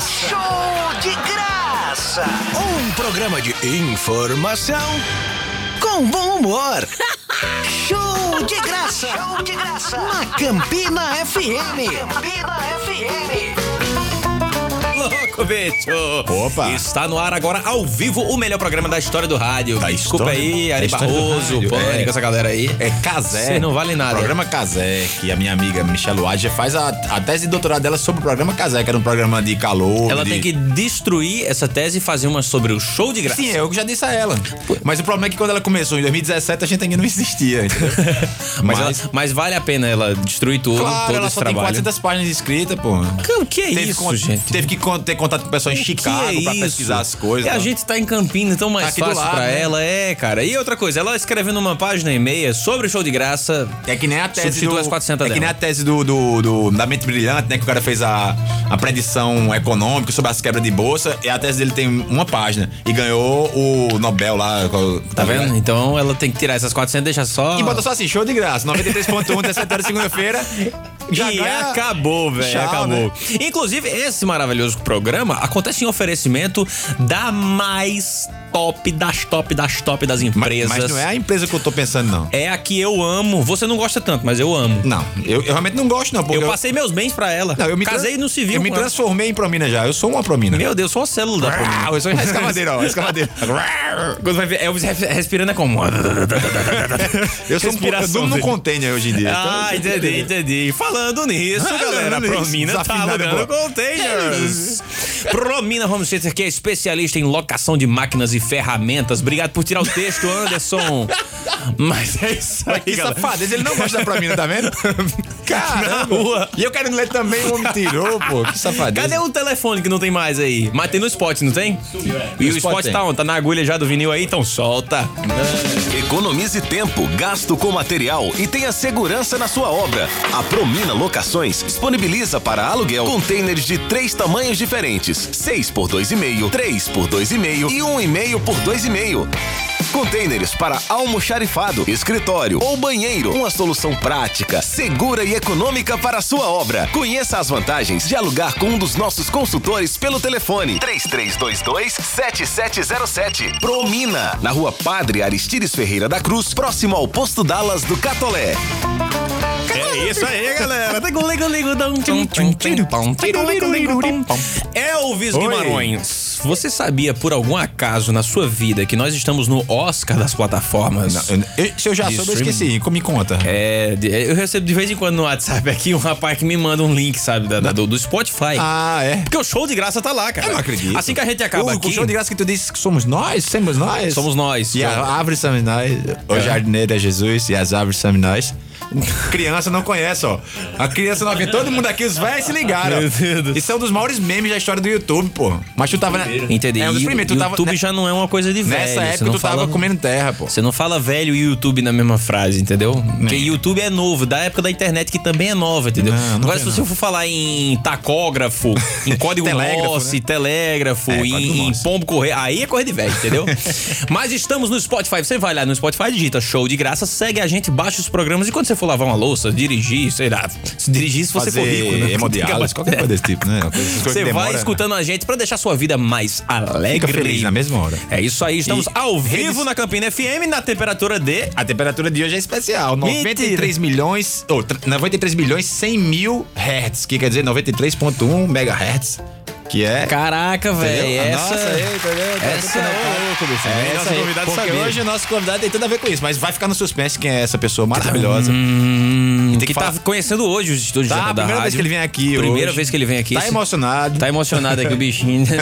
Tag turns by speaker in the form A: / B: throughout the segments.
A: Show de graça! Um programa de informação com bom humor. Show de graça! Show de graça! Na Campina FM! Campina FM!
B: Louco, bicho!
C: Opa.
B: Está no ar agora, ao vivo, o melhor programa da história do rádio.
C: Da
B: Desculpa
C: história-
B: aí,
C: da
B: Ari
C: história do
B: Barroso,
C: rádio,
B: Pânico,
C: é.
B: essa galera aí.
C: É Casé.
B: Cê não vale nada.
C: Programa Casé, que a minha amiga Michelle Wager faz a, a tese de doutorado dela sobre o programa Casé, que era um programa de calor.
B: Ela
C: de...
B: tem que destruir essa tese e fazer uma sobre é o show de graça.
C: Sim, eu já disse a ela. Mas o problema é que quando ela começou em 2017, a gente ainda não existia. entendeu?
B: mas, ela- mas vale a pena ela destruir tudo,
C: claro,
B: todo
C: ela
B: esse
C: só tem
B: trabalho.
C: 400 páginas escritas, pô.
B: Que- O que é
C: Teve,
B: isso,
C: con-
B: gente?
C: teve que con- ter contato com pessoas em
B: O que
C: Chicago
B: é
C: pra
B: isso?
C: pesquisar as coisas.
B: É, a
C: né?
B: gente tá em Campina, então mais
C: Aqui do
B: fácil
C: lado,
B: pra
C: né?
B: ela, é, cara. E outra coisa, ela escrevendo uma página e meia sobre o show de graça. tá
C: É que nem a tese
B: Substitua
C: do,
B: as 400
C: É que
B: dela.
C: nem a tese do, do- do- da mente brilhante, né? Que o cara fez a, a predição econômica sobre as quebras de bolsa. E a tese dele tem uma página. E ganhou o Nobel lá. qual-
B: Tá vendo? Então ela tem que tirar essas 400 e deixar só.
C: E bota só assim, show de graça. 93.1, 17 horas, segunda-feira. Já
B: e
C: ganha-
B: acabou, velho.
C: Tchau,
B: Acabou.
C: né?
B: Inclusive, esse maravilhoso programa acontece em oferecimento da mais top das top das top das
C: Mas,
B: empresas.
C: mas não é a empresa que eu tô pensando, não.
B: É a que eu amo. Você não gosta tanto, mas eu amo.
C: Não, eu, eu realmente não gosto, não. Porque
B: eu passei meus bens pra ela.
C: Não, eu me
B: Casei
C: tran-
B: no civil.
C: Eu me
B: com ela.
C: transformei em promina já. Eu sou uma promina.
B: Meu Deus, sou uma célula da família.
C: Ah, eu sou escavadeira, ó. Escavadeira.
B: Quando vai ver Elvis res- respirando é como.
C: Eu sou um, eu
B: Respiração
C: durmo num
B: dele.
C: container hoje em dia.
B: Ah,
C: Então,
B: entendi, entendi. Falando nisso,
C: Falando
B: galera, a
C: nisso,
B: Promina tá
C: desafinado, É
B: alugando
C: boa.
B: containers. Promina Home Center, que é especialista em locação de máquinas e ferramentas. Obrigado por tirar o texto, Anderson. Mas é isso aí,
C: Que
B: galera.
C: safadez, ele não gosta da promina, tá vendo?
B: Na
C: Caramba.
B: rua.
C: E eu quero ler também, o homem tirou, pô. Que safadez.
B: Cadê o telefone que não tem mais aí? Mas tem no spot, não tem? E
C: é. No
B: o
C: Spot
B: spot
C: tem.
B: tá onde? Tá na agulha já do vinil aí, então solta.
D: Economize tempo, gasto com material e tenha segurança na sua obra. A Promina Locações disponibiliza para aluguel containers de três tamanhos diferentes: 6 por 2,5, 3 por 2,5 e 1,5 por 2,5. Containers para almoxarifado, escritório ou banheiro. Uma solução prática, segura e econômica para a sua obra. Conheça as vantagens de alugar com um dos nossos consultores pelo telefone 3322-7707. Promina, na rua Padre Aristides Ferreira da Cruz, próximo ao posto Dallas do Catolé.
B: É isso aí, galera. Elvis
C: Oi.
B: Guimarães, você sabia por algum acaso na sua vida que nós estamos no Oscar das plataformas?
C: Não, eu- eu- se eu já
B: De
C: soube, eu
B: streaming.
C: esqueci. Como me conta?
B: É, de- eu recebo de vez em quando no WhatsApp aqui um rapaz que me manda um link, sabe, da- da- do, do Spotify.
C: Ah, é.
B: Porque o show de graça tá lá, cara.
C: Eu não acredito.
B: Assim que a gente acaba
C: o,
B: aqui,
C: O show de graça que tu disse que somos nós? Somos nós?
B: somos nós.
C: E as árvores somos nós. O jardineiro é Jesus e as árvores somos nós. Criança não conhece, ó. A criança não vê. Todo mundo aqui, os velhos se ligaram. ó.
B: Meu Deus.
C: Isso é um dos maiores memes da história do YouTube, pô. Mas tu tava. Na...
B: Entendi.
C: É um dos
B: E
C: primeiros. Tu
B: YouTube
C: tava. né-
B: já não é uma coisa de velho.
C: Nessa
B: você
C: época
B: não
C: tu tava
B: fala-
C: comendo terra, pô.
B: Você não fala velho e YouTube na mesma frase, entendeu? Porque YouTube é novo, da época da internet que também é nova, entendeu?
C: Não, não
B: Agora,
C: é
B: se
C: não.
B: você for falar em tacógrafo, em código
C: Telégrafo,
B: Morse,
C: né?
B: telégrafo,
C: É, código
B: em, em
C: Morse.
B: pombo correr, aí é correr de velho, entendeu? Mas estamos no Spotify. Você vai lá no Spotify, digita show de graça, segue a gente, baixa os programas e quando você for lavar uma louça, dirigir, sei lá, se dirigir se você
C: Fazer
B: for rico, né?
C: hemodiálise, qualquer coisa desse tipo, né?
B: Você vai escutando a gente pra deixar sua vida mais alegre.
C: Fica feliz na mesma hora.
B: É isso aí, estamos
C: E
B: ao vivo
C: redes-
B: na Campina FM na temperatura de.
C: A temperatura de hoje é especial.
B: Mentira.
C: 93 milhões. Ou, tr- 93 milhões 100 mil hertz. Que quer dizer 93,1 megahertz. Que é.
B: Caraca, velho,
C: Entendeu? Ah,
B: essa.
C: Nossa, aí, entendeu? Tá
B: essa
C: tudo
B: é
C: conectado.
B: louco, bicho.
C: É
B: Nem
C: essa
B: nosso
C: aí.
B: convidado
C: Porque
B: sabia.
C: hoje o nosso convidado tem tudo a ver com isso, mas vai ficar no suspense quem é essa pessoa maravilhosa.
B: Hum,
C: Tem que
B: que tá
C: falar.
B: conhecendo hoje os estúdios
C: Tá,
B: da,
C: a
B: da
C: primeira
B: rádio.
C: vez que ele vem aqui
B: Primeira
C: hoje.
B: vez que ele vem aqui.
C: Tá
B: Esse-
C: emocionado.
B: Tá emocionado aqui o bichinho, né?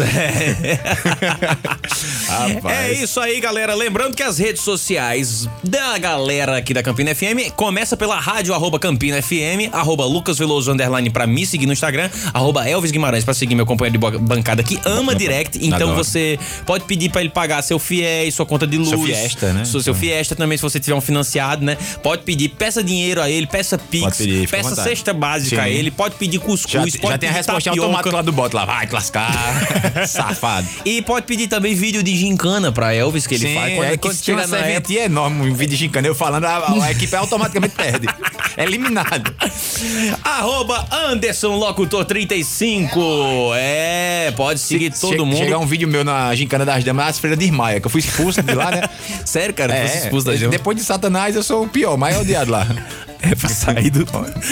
C: Nervoso.
B: É.
C: Rapaz.
B: é isso aí, galera. Lembrando que as redes sociais da galera aqui da Campina FM começa pela rádio arroba Campina FM, arroba Lucas Veloso underline pra me seguir no Instagram, arroba Elvis Guimarães pra seguir meu companheiro de bo- bancada que ama direct. Então
C: Adoro.
B: você pode pedir pra ele pagar seu fiéis, sua conta de luz.
C: Seu Fiesta, né?
B: Seu, seu Fiesta também, se você tiver um financiado, né? Pode pedir, peça dinheiro a ele, peça Pix,
C: Pode pedir, fica à
B: peça
C: vontade.
B: cesta básica a
C: Sim.
B: ele, pode pedir cuscuz,
C: Já,
B: pode
C: já tem a
B: pedir
C: resposta
B: tapioca.
C: automática lá do bot lá. Vai te lascar. Safado.
B: E pode pedir também vídeo de gincana pra Elvis que ele
C: Sim,
B: faz. Quando,
C: é que
B: quando
C: se tiver
B: chega
C: uma
B: na época.
C: serventia enorme, um vídeo de gincana, eu falando, a, a equipe automaticamente perde. É eliminado.
B: Arroba Anderson Locutor 35. É, pode seguir todo
C: Che-
B: mundo.
C: Chegar um vídeo meu na Gincana das Damas, nas freiras de Ismaia, que eu fui expulso de lá, né?
B: Sério, cara, é, expulso da
C: de-
B: Gema.
C: Depois de Satanás, eu sou o pior, mais odiado lá.
B: É, pra sair do...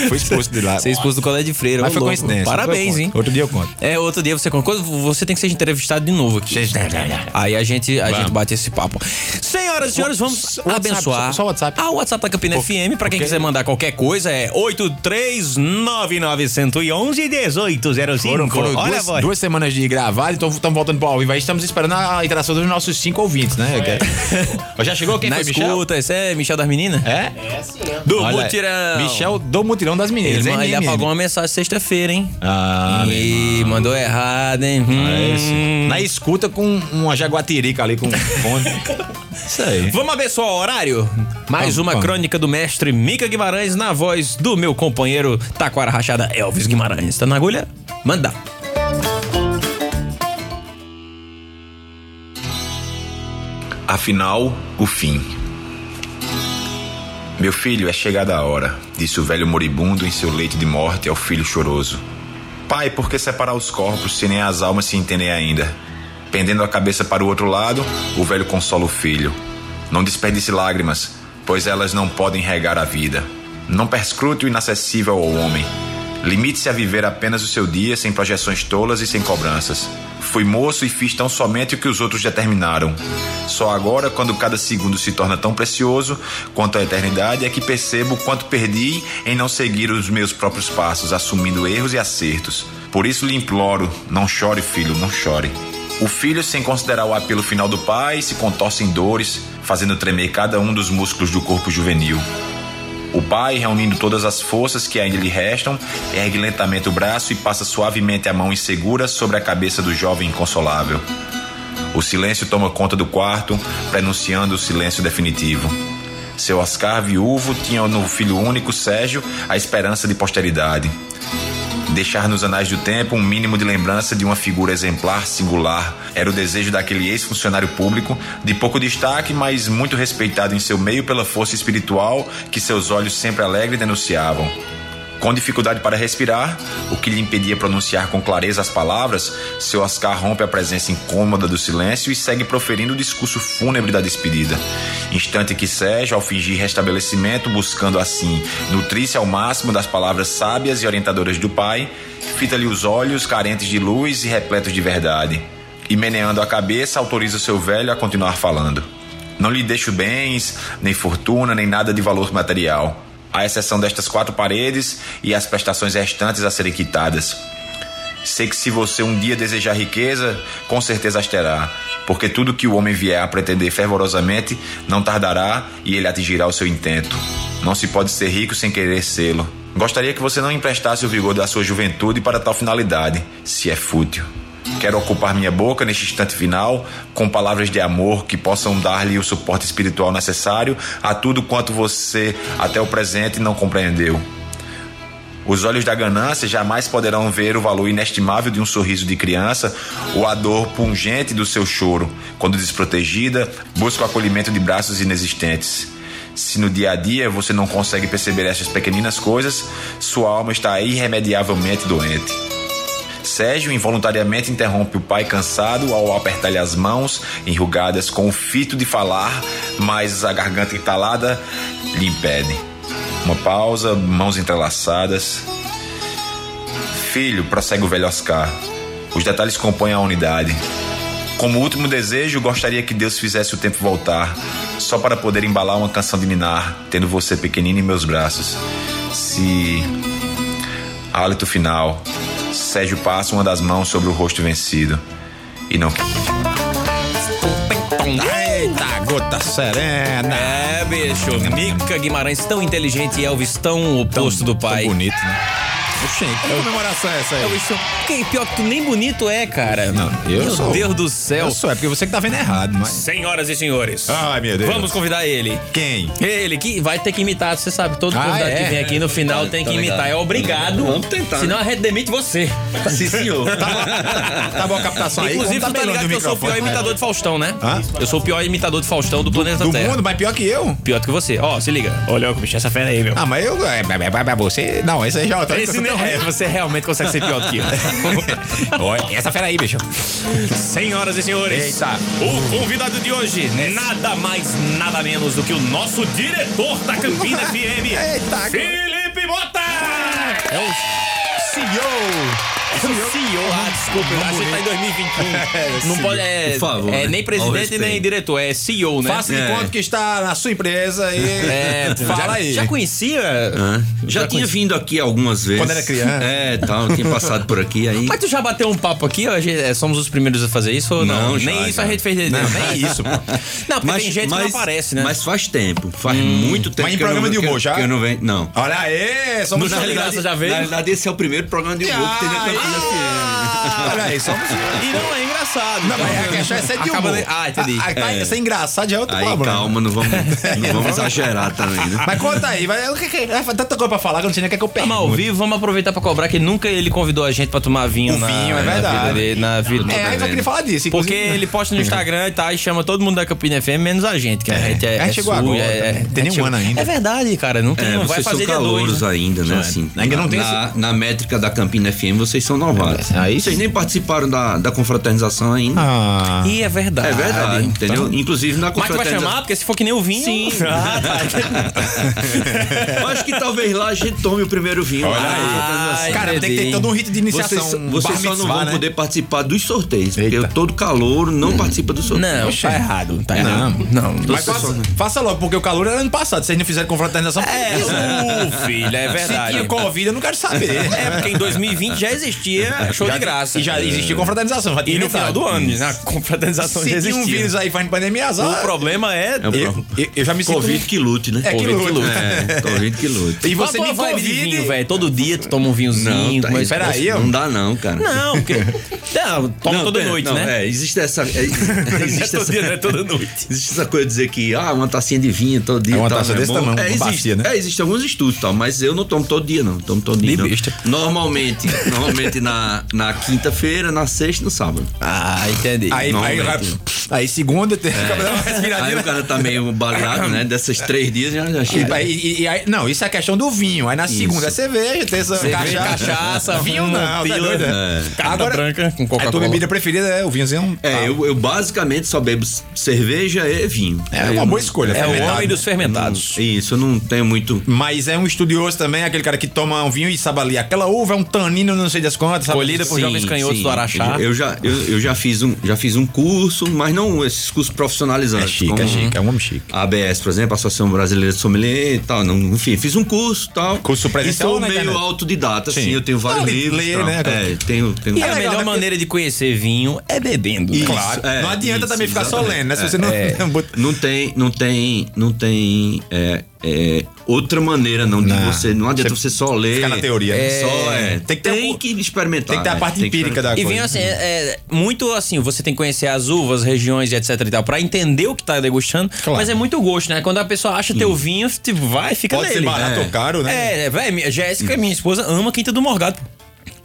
C: Fui expulso de lá.
B: Ser expulso do colégio de freira.
C: Mas
B: ô
C: foi
B: louco.
C: coincidência.
B: Parabéns,
C: Depois eu
B: hein?
C: conto. Outro dia eu conto.
B: É, outro dia você concorda? Você tem que ser entrevistado de novo aqui. Aí a gente, a gente bate esse papo. Senhoras e senhores, vamos
C: O WhatsApp,
B: abençoar.
C: só- só o WhatsApp.
B: Ah, o WhatsApp da Campina FM, pra quem quiser mandar qualquer coisa, é 83991111805.
C: Foram, foram
B: Olha a
C: duas,
B: voz.
C: duas semanas de gravado, então estamos voltando pro ao vivo. Aí estamos esperando a interação dos nossos cinco ouvintes, né? Já chegou quem
B: É. Na escuta, esse é Michel das Meninas?
C: É?
B: Do
C: Olha,
B: Mutirão.
C: Michel do Mutirão das Meninas,
B: Ele,
C: hein,
B: ele
C: é menino?
B: apagou uma mensagem sexta-feira, hein?
C: Ah, meu
B: Ih, mandou errado, hein?
C: É
B: Hum.
C: isso. Na escuta com uma jaguatirica ali com um fone. Isso aí.
B: Vamos abençoar o horário? Mais
C: Vamos,
B: uma
C: vamos.
B: crônica do mestre Mica Guimarães na voz do meu companheiro Taquara Rachada Elvis Guimarães. Tá na agulha? Manda.
D: Afinal, o fim.
E: Meu filho, é chegada a hora, disse o velho moribundo em seu leito de morte ao filho choroso. Pai, por que separar os corpos se nem as almas se entendem ainda? Pendendo a cabeça para o outro lado, o velho consola o filho. Não desperdice lágrimas, pois elas não podem regar a vida. Não perscrute o inacessível ao homem. Limite-se a viver apenas o seu dia sem projeções tolas e sem cobranças. Fui moço e fiz tão somente o que os outros determinaram. Só agora, quando cada segundo se torna tão precioso quanto a eternidade, é que percebo o quanto perdi em não seguir os meus próprios passos, assumindo erros e acertos. Por isso lhe imploro: não chore, filho, não chore. O filho, sem considerar o apelo final do pai, se contorce em dores, fazendo tremer cada um dos músculos do corpo juvenil. O pai, reunindo todas as forças que ainda lhe restam, ergue lentamente o braço e passa suavemente a mão insegura sobre a cabeça do jovem inconsolável. O silêncio toma conta do quarto, prenunciando o silêncio definitivo. Seu Oscar viúvo tinha no filho único, Sérgio, a esperança de posteridade. Deixar nos anais do tempo um mínimo de lembrança de uma figura exemplar, singular, era o desejo daquele ex-funcionário público, de pouco destaque, mas muito respeitado em seu meio pela força espiritual que seus olhos sempre alegre denunciavam. Com dificuldade para respirar, o que lhe impedia pronunciar com clareza as palavras, seu Oscar rompe a presença incômoda do silêncio e segue proferindo o discurso fúnebre da despedida. Instante que Sérgio, ao fingir restabelecimento, buscando assim nutrir-se ao máximo das palavras sábias e orientadoras do pai, fita-lhe os olhos, carentes de luz e repletos de verdade. E meneando a cabeça, autoriza seu velho a continuar falando. Não lhe deixo bens, nem fortuna, nem nada de valor material, à exceção destas quatro paredes e as prestações restantes a serem quitadas. Sei que se você um dia desejar riqueza, com certeza as terá, porque tudo que o homem vier a pretender fervorosamente não tardará e ele atingirá o seu intento. Não se pode ser rico sem querer sê-lo. Gostaria que você não emprestasse o vigor da sua juventude para tal finalidade, se é fútil. Quero ocupar minha boca neste instante final com palavras de amor que possam dar-lhe o suporte espiritual necessário a tudo quanto você até o presente não compreendeu. Os olhos da ganância jamais poderão ver o valor inestimável de um sorriso de criança ou a dor pungente do seu choro, quando desprotegida, busca o acolhimento de braços inexistentes. Se no dia a dia você não consegue perceber essas pequeninas coisas, sua alma está irremediavelmente doente. Sérgio involuntariamente interrompe o pai cansado ao apertar-lhe as mãos, enrugadas com o fito de falar, mas a garganta entalada lhe impede. Uma pausa, mãos entrelaçadas. Filho, prossegue o velho Oscar. Os detalhes compõem a unidade. Como último desejo, gostaria que Deus fizesse o tempo voltar, só para poder embalar uma canção de Ninar, tendo você pequenino em meus braços. Se Hálito final. Sérgio passa uma das mãos sobre o rosto vencido. E não
C: Eita, gota serena.
B: É, bicho. Mica Guimarães tão inteligente e Elvis tão oposto do
C: Tão
B: pai.
C: Tá bonito, né? Que comemoração é essa aí?
B: Eu, isso, que pior que tu nem bonito é, cara.
C: Não, eu
B: Meu
C: sou.
B: Deus do céu.
C: Eu sou, é porque você que tá vendo errado, mas.
B: Senhoras e senhores.
C: Ai, meu Deus.
B: Vamos convidar ele.
C: Quem?
B: Ele que vai ter que imitar, você sabe, todo
C: Ah,
B: convidado
C: é?
B: que vem aqui no final tem
F: tá
B: que imitar.
F: ligado.
B: É obrigado.
F: Vamos tentar,
B: Senão a rede demite você.
F: Sim, senhor.
C: Tá bom a captação aí.
B: Inclusive,
C: Como
B: tu tá
C: melhor
B: ligado
C: do
B: que eu sou o
C: microfone?
B: pior imitador de Faustão, né?
C: Hã?
B: Eu sou o pior imitador de Faustão do, planeta
C: Do
B: Terra.
C: mundo, mas pior que eu?
B: Pior do que você. Ó, se liga. Olha, bicho, essa fera aí, meu.
C: Ah, mas eu. É, é, é, é, você. Não, esse aí já é outra
B: Esse não é, você realmente consegue ser pior do que eu.
C: Olha, essa fera aí, bicho.
B: Senhoras e senhores,
C: Eita.
B: o convidado de hoje, nada mais, nada menos do que o nosso diretor da Campina FM,
C: Eita.
B: Felipe Mota!
C: É o
B: O
C: CEO.
B: CEO, ah, desculpa, a gente tá em 2021. Não
C: CEO.
B: pode, é,
F: Por favor,
B: é
F: né?
B: nem
F: Ao
B: presidente
F: respeito.
B: nem diretor, é CEO, né?
C: Faça de
F: É.
C: conta que está na sua empresa e.
B: É,
C: fala aí.
B: Já conhecia?
F: Hã? Já, tinha
B: conheci-
F: vindo aqui algumas vezes.
C: Quando era criança.
F: É, tal, tinha passado por aqui aí.
B: Mas tu já bateu um papo aqui? A gente- é, somos os primeiros a fazer isso ou não?
F: Não, já,
B: nem isso
F: já.
B: a gente fez. Não, nem isso. pô. Não, porque tem gente que não aparece, né? Hum.
F: Mas faz tempo, faz muito tempo.
C: Mas em
F: que eu
C: programa
F: não,
C: de humor
F: que eu-
C: já?
F: Que eu não venho, não.
C: Olha aí, somos
B: Não,
C: nós.
B: ligado, você é já veio?
F: Na realidade, esse é o primeiro programa de humor que tem na Campina FM.
C: Ah, Olha aí, somos.
B: E não é engraçado.
C: Não, mas a questão é ser de humor.
B: Acaba- Ah, entendi.
C: A, a, tá-
F: É.
C: Ser engraçado já é outro
F: Aí,
C: problema.
F: calma, não vamos, não vamos exagerar também, né?
C: Mas conta aí, vai. O que que. é, Tanta coisa pra falar que eu não sei nem o que é que eu
B: Tamo
C: pergunto.
B: ao vivo, vamos aproveitar pra cobrar que nunca ele convidou a gente pra tomar vinho.
C: O
B: na,
C: vinho, é
B: na
C: verdade.
B: vida dele, na vida
C: É, aí eu queria falar disso.
B: Porque
C: inclusive.
B: ele posta no Instagram e tal, e chama todo mundo da Campina FM, menos a gente, que a gente é.
C: a gente
B: é
C: chegou
B: sujo,
C: agora,
B: é- é-
C: não tem nem um
B: é-
C: ano ainda.
B: É verdade, cara. Não tem,
F: É,
B: não vai
F: vocês
B: fazer dia
F: são
B: dois.
F: calouros
B: né?
F: ainda, né? Assim,
C: Ainda não tem
F: na, na métrica da Campina FM, vocês são novatos.
B: É,
C: Aí
F: vocês nem participaram da, da confraternização ainda.
C: Ah.
B: E é verdade.
F: é verdade, entendeu? Inclusive na
B: Mas tu vai
F: confraternização.
B: chamar? Porque se for que nem o vinho. Sim.
F: Eu Acho que talvez lá a gente tome o primeiro vinho.
C: Olha aí.
B: Ah,
C: Cara, tem que ter
B: entendi.
C: todo um rito de
F: Vocês,
C: iniciação.
F: só-
C: um
F: vocês
C: bar
F: só não
C: mitzvah,
F: vão
C: né?
F: poder participar dos sorteios,
C: Eita.
F: porque eu, todo calouro não participa dos sorteios.
B: Não, tá errado. Tá
C: Não.
B: errado. Não.
C: Mas faça, faça logo, porque o calor era ano passado. Vocês não fizeram confraternização. né?
B: É, ô, filho, é
C: Se
B: verdade.
C: tinha Covid, eu não quero saber.
B: É, porque em 2020 já existia show de graça.
C: E já existia confraternização. Já tinha
B: E no final
C: inventado.
B: do ano, né? A confraternização
C: Se
B: já
C: tinha
B: existia.
C: um vírus aí fazendo pandemia,
B: O
C: azar.
B: problema é.
F: É o
C: Eu,
F: pro-
C: eu- eu já me sinto.
F: Covid que lute, né?
C: É, que
F: Covid
C: lute.
F: É, Covid que lute.
C: E
B: Qual
C: você
B: a tua
C: me
B: vibe de vinho,
C: convide.
B: velho. Todo dia tu toma um vinhozinho.
F: tá-
B: mas
C: peraí, eu-
F: Não dá não, cara.
B: Não, porque. Não, toma
F: Não,
B: toda
F: pera-
B: noite,
F: não,
B: né?
F: É, existe essa. é, existe
B: Não é todo
F: essa-
B: dia, não é toda noite.
F: Existe essa coisa de dizer que, ah, uma tacinha de vinho todo dia.
C: É uma
F: e tal,
C: taça
F: não
C: desse
F: bom?
C: tamanho, uma
F: existe,
C: bacia, né?
F: É, existem alguns estudos e tal, mas eu não tomo todo dia, não. Tomo todo dia.
B: De
F: não.
B: besta.
F: Normalmente, normalmente na, na quinta-feira, na sexta e no sábado.
B: Ah, entendi.
C: Aí,
F: Não,
C: aí,
F: velho.
C: aí, aí segunda,
B: É.
C: terça, acaba dando uma
F: Aí
B: né?
C: respiradinha.
F: o cara tá meio baleado, né? Dessas três dias já, já
C: E,
F: chega.
C: e- e aí- não, isso é a questão do vinho. Aí na segunda é cerveja, terça
B: Cerveja,
C: cachaça.
B: cachaça,
C: vinho
B: rum,
C: não, tá
B: pila,
C: doido?
B: é. carta
C: Agora-
B: branca com
C: A tua
B: Coca-Cola.
C: bebida preferida é o vinhozinho?
F: É, eu, eu basicamente só bebo c- cerveja e vinho.
C: É
F: Aí
C: uma
F: eu
C: boa
F: não- É,
C: escolha.
B: É o
C: fermentado. Hum.
B: homem dos fermentados.
F: Isso, eu não tenho muito.
C: Mas é um estudioso também, aquele cara que toma um vinho e sabe ali. Aquela uva é um tanino, não sei das quantas. Sabe?
B: Colhida por
F: Sim,
B: jovens canhotos
F: sim.
B: do Araxá.
F: Eu, eu já, eu, eu já, fiz um, já fiz um curso, mas não esses cursos profissionalizantes.
C: É chique,
F: como
C: é chique, é um homem chique.
F: A ABS, por exemplo, Associação Brasileira de Sommelier e tal. Não, enfim, fiz um curso e tal.
C: Curso presencial
F: E sou
C: ou na
F: meio
C: internet?
F: autodidata,
C: Sim.
F: assim. Eu tenho vários
C: Não, ele
F: livros.
C: lê,
F: e tal.
C: né?
F: É, tenho. tenho
B: E a
C: legal,
B: melhor
C: né?
B: maneira de conhecer vinho é bebendo. né?
C: Claro.
F: é,
C: não adianta
F: isso,
C: também ficar só
F: exatamente.
C: lendo, né? Se você não.
F: É.
C: não bota-
F: Não tem, não tem, não tem é, é, outra maneira não de
C: Não.
F: você. Não adianta você, só ler.
C: ficar na teoria, né?
F: É, só é.
C: Tem que ter um-
F: experimentar.
C: Tem que ter a
F: né?
C: parte
F: Tem que
C: empírica da
B: E
C: coisa.
B: vinho assim, é, é muito assim, você tem que conhecer as uvas, regiões e etc e tal, pra entender o que tá degustando.
C: Claro. Hum.
B: Mas é muito gosto, né? Quando a pessoa acha teu vinho, tipo, vai, fica
C: Pode ser
B: nele.
C: barato
B: é.
C: ou caro, né? Hum.
B: É, velho, minha- Jéssica, minha esposa, ama Quinta do Morgado.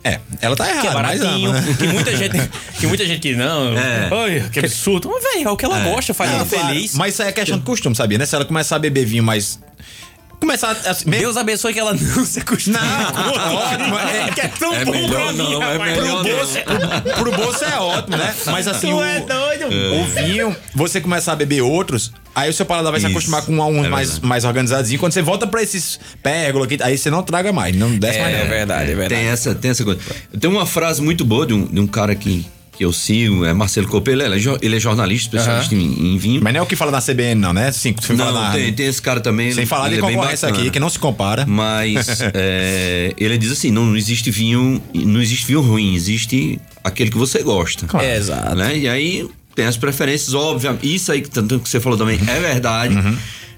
C: É, ela tá
B: Que é
C: errada, mas
B: baratinho,
C: ama, né?
B: que muita gente que muita gente que não,
F: É.
B: ai, que absurdo. Mas, velho, é o que ela gosta, faz ela
C: Ah, claro.
B: feliz.
C: Mas isso aí é questão de costume, sabia? Né? Se ela começar a beber vinho mais. Começar a. a- mesmo-
B: Deus abençoe que ela não se acostume.
C: Não, ótimo. É, que é tão
F: É
C: bom pra
F: melhor
C: mim.
F: não, é
B: rapaz, pro
F: melhor não.
B: bolso.
C: Pro bolso é ótimo, né? Mas assim,
B: Tu
C: o,
B: é doido?
C: o vinho, você começar a beber outros, aí o seu paladar vai se
F: Isso.
C: acostumar com um
F: É
C: mais,
F: verdade.
C: mais organizadinho. Quando você volta pra esses pérgola aqui, aí você não traga mais, não desce mais.
B: É
C: não.
B: verdade, é verdade.
F: Tem essa, tem essa coisa. Tem uma frase muito boa de um, de um cara que, que eu sigo, é Marcelo Copelé. Ele é, jo- ele é jornalista, especialista em, em vinho.
C: Mas não é o que fala na CBN, não, né? Sim, sem
F: não,
C: falar na-
F: tem, tem esse cara também.
C: sem falar
F: ele
C: de
F: é bem
C: concorrência
F: bacana.
C: aqui, que não se compara.
F: Mas é, ele diz assim: não, não existe vinho, não existe vinho ruim, existe aquele que você gosta.
C: Claro.
B: É, exato.
C: Uhum.
F: Né? E aí tem as preferências, óbvio. Isso aí que tanto que você falou também é verdade.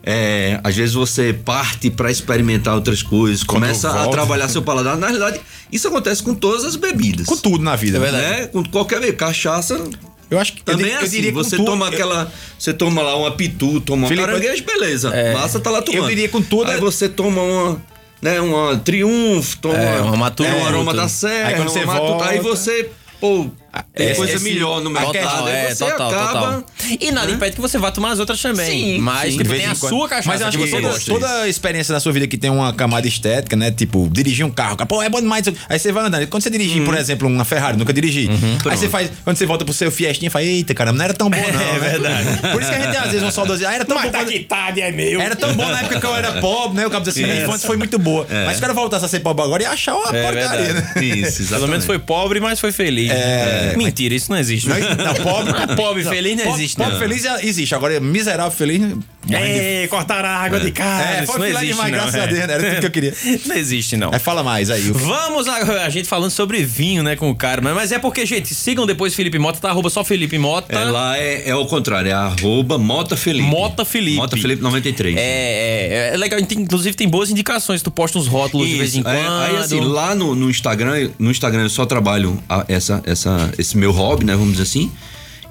F: é, às vezes você parte para experimentar outras coisas, começa a
C: volta.
F: trabalhar seu paladar. Na realidade, isso acontece com todas as bebidas.
C: Com tudo é na vida.
F: Né? Com qualquer bebida. Cachaça
C: Eu acho que eu
F: também
C: di-
F: é
C: eu,
F: assim.
C: diria com
F: você
C: tudo-
F: toma
C: eu-
F: aquela. Você toma lá uma pitu, toma uma
C: Felipe, é.
F: caranguejo, beleza. Massa tá lá tomando.
C: eu diria com tudo- é-
F: Aí você toma uma. Né, uma triunfo, toma
B: É, uma Matuta.
F: um aroma da serra,
C: Aí quando
F: uma
C: você
F: Matuta,
C: volta-
F: aí você, pô, tem
B: É,
F: coisa
B: esse-
F: melhor no mercado.
B: Total,
F: aí
B: é,
F: você
B: total,
F: acaba.
B: total. E nada impede que você vá tomar as outras também.
F: Sim,
B: mas
F: sim.
B: tipo,
C: De vez
B: tem
C: em
B: a
C: quando.
B: sua cachaça
C: Mas eu acho
B: que
C: que
B: você
C: toda,
B: gosta.
C: toda a experiência da sua vida que tem uma camada estética, né? Tipo, dirigir um carro. Pô, é bom demais. isso- Aí você vai andando. Quando você dirigir, por exemplo, uma Ferrari, nunca dirigi. aí você faz. Quando você volta pro seu Fiestinha, fala, eita, caramba, não era tão bom, não. É verdade. Por isso que a gente às vezes um saudosinho. Ah, era tão bom. quando-
B: é meu.
C: Era tão bom na época que eu era pobre, né? O cabo disse assim, minha infância foi muito boa. Mas o cara voltar a ser pobre agora e achar uma
B: É
C: porcaria, né?
B: verdade.
F: Isso, exatamente.
B: Pelo menos foi pobre, mas foi feliz. É. Mentira, isso não existe.
C: Não, não, é pobre,
B: Ah, Pobre feliz não
C: pobre-
B: existe,
C: Pobre
B: não.
C: feliz é- existe. Agora, miserável feliz. morre de-
B: É, cortar a água de
C: É,
B: cara. isso
C: pobre feliz
B: não existe,
C: demais,
B: não.
C: graças
B: é.
C: a Deus, né? Era tudo que eu queria.
B: Não existe, não.
C: Aí fala mais aí. o-
B: Vamos agora, a gente falando sobre vinho, né, com o cara. Mas, mas é porque, gente, sigam depois Felipe Mota, tá? Arroba só Felipe Mota.
F: É, lá é, é o contrário, é arroba Mota Felipe.
B: Mota Felipe.
F: Mota Felipe 93.
B: É, é, é legal. Tem- inclusive tem boas indicações. Tu posta uns rótulos de vez em
F: Isso,
B: quando.
F: é, aí assim, lá no, no Instagram, no Instagram eu só trabalho a- essa, essa, esse meu hobby, né? Vamos dizer assim.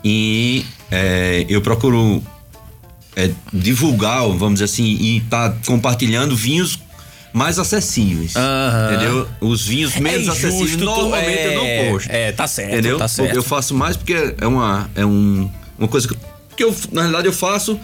F: E é, eu procuro é, divulgar, vamos dizer assim, e tá compartilhando vinhos mais acessíveis.
B: Aham.
F: Entendeu? Os vinhos
B: É
F: menos
B: injusto,
F: acessíveis
B: tu-
F: normalmente
B: é,
F: eu não posto.
B: É, tá certo.
F: Entendeu?
B: Tá certo.
F: Eu faço mais porque é uma, é um, uma coisa que, que eu, na realidade, eu faço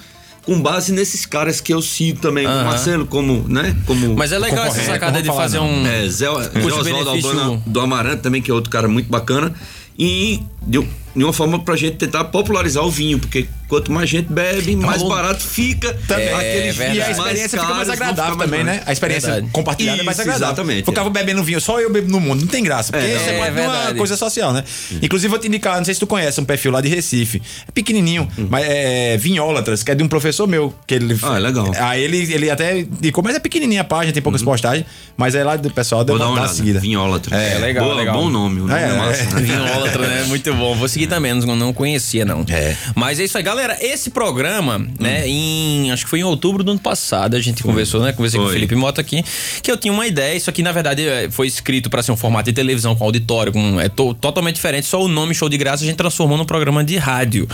F: com base nesses caras que eu cito também,
B: Aham.
F: como Marcelo, como, né? Como
B: Mas é legal essa
C: Concorrente,
B: sacada
C: vamos
B: de
C: falar,
B: fazer
C: não.
B: um.
F: é, Zé, Zé Oswaldo
B: Custo-benefício.
F: Albano do Amarante também, que é outro cara muito bacana. E de, um- de uma forma pra gente tentar popularizar o vinho, porque quanto mais gente bebe, mais
B: bom.
F: barato fica.
C: Tá Também.
F: Aqueles
B: verdade.
C: E
F: vinhos
C: a experiência
F: mais
C: fica mais
F: caros vão
C: agradável
F: ficar mais
C: também, né?
F: baratos.
C: A experiência
B: Verdade.
C: compartilhada é
F: Isso,
C: mais agradável.
F: exatamente,
C: Ficava bebendo um vinho, só eu bebo no mundo. Não tem graça, porque
F: É, Hum.
C: isso é,
B: é
C: mais uma
B: verdade.
C: coisa social, né? Inclusive, vou te indicar, não sei se tu conhece, um perfil lá de Recife. É pequenininho, mas é Vinholatras, que é de um professor meu. Que ele,
F: Hum. Ah, legal. Uhum.
C: Aí ele, ele até indicou, mas é pequenininha a página, tem poucas postagens. Mas é lá do pessoal, deu
F: Vou
C: uma, dá
F: dar uma
C: uma
F: olhada.
C: seguida.
F: Vinholatra.
C: É,
B: legal,
F: Boa,
B: legal.
F: Bom nome, o nome
C: É,
F: é,
C: é.
F: massa. né?
B: Vinholatro, né? Muito bom. Vou seguir também, não, não conhecia, não.
C: É.
B: Mas é isso aí, galera. Esse programa, né, em. Acho que foi em outubro do ano passado, a gente conversou, né? Conversei com o
F: Foi.
B: Felipe Mota aqui, que eu tinha uma ideia. Isso aqui, na verdade, é, foi escrito pra ser um formato de televisão com auditório, com, é to- totalmente diferente. Só o nome show de graça a gente transformou num programa de rádio.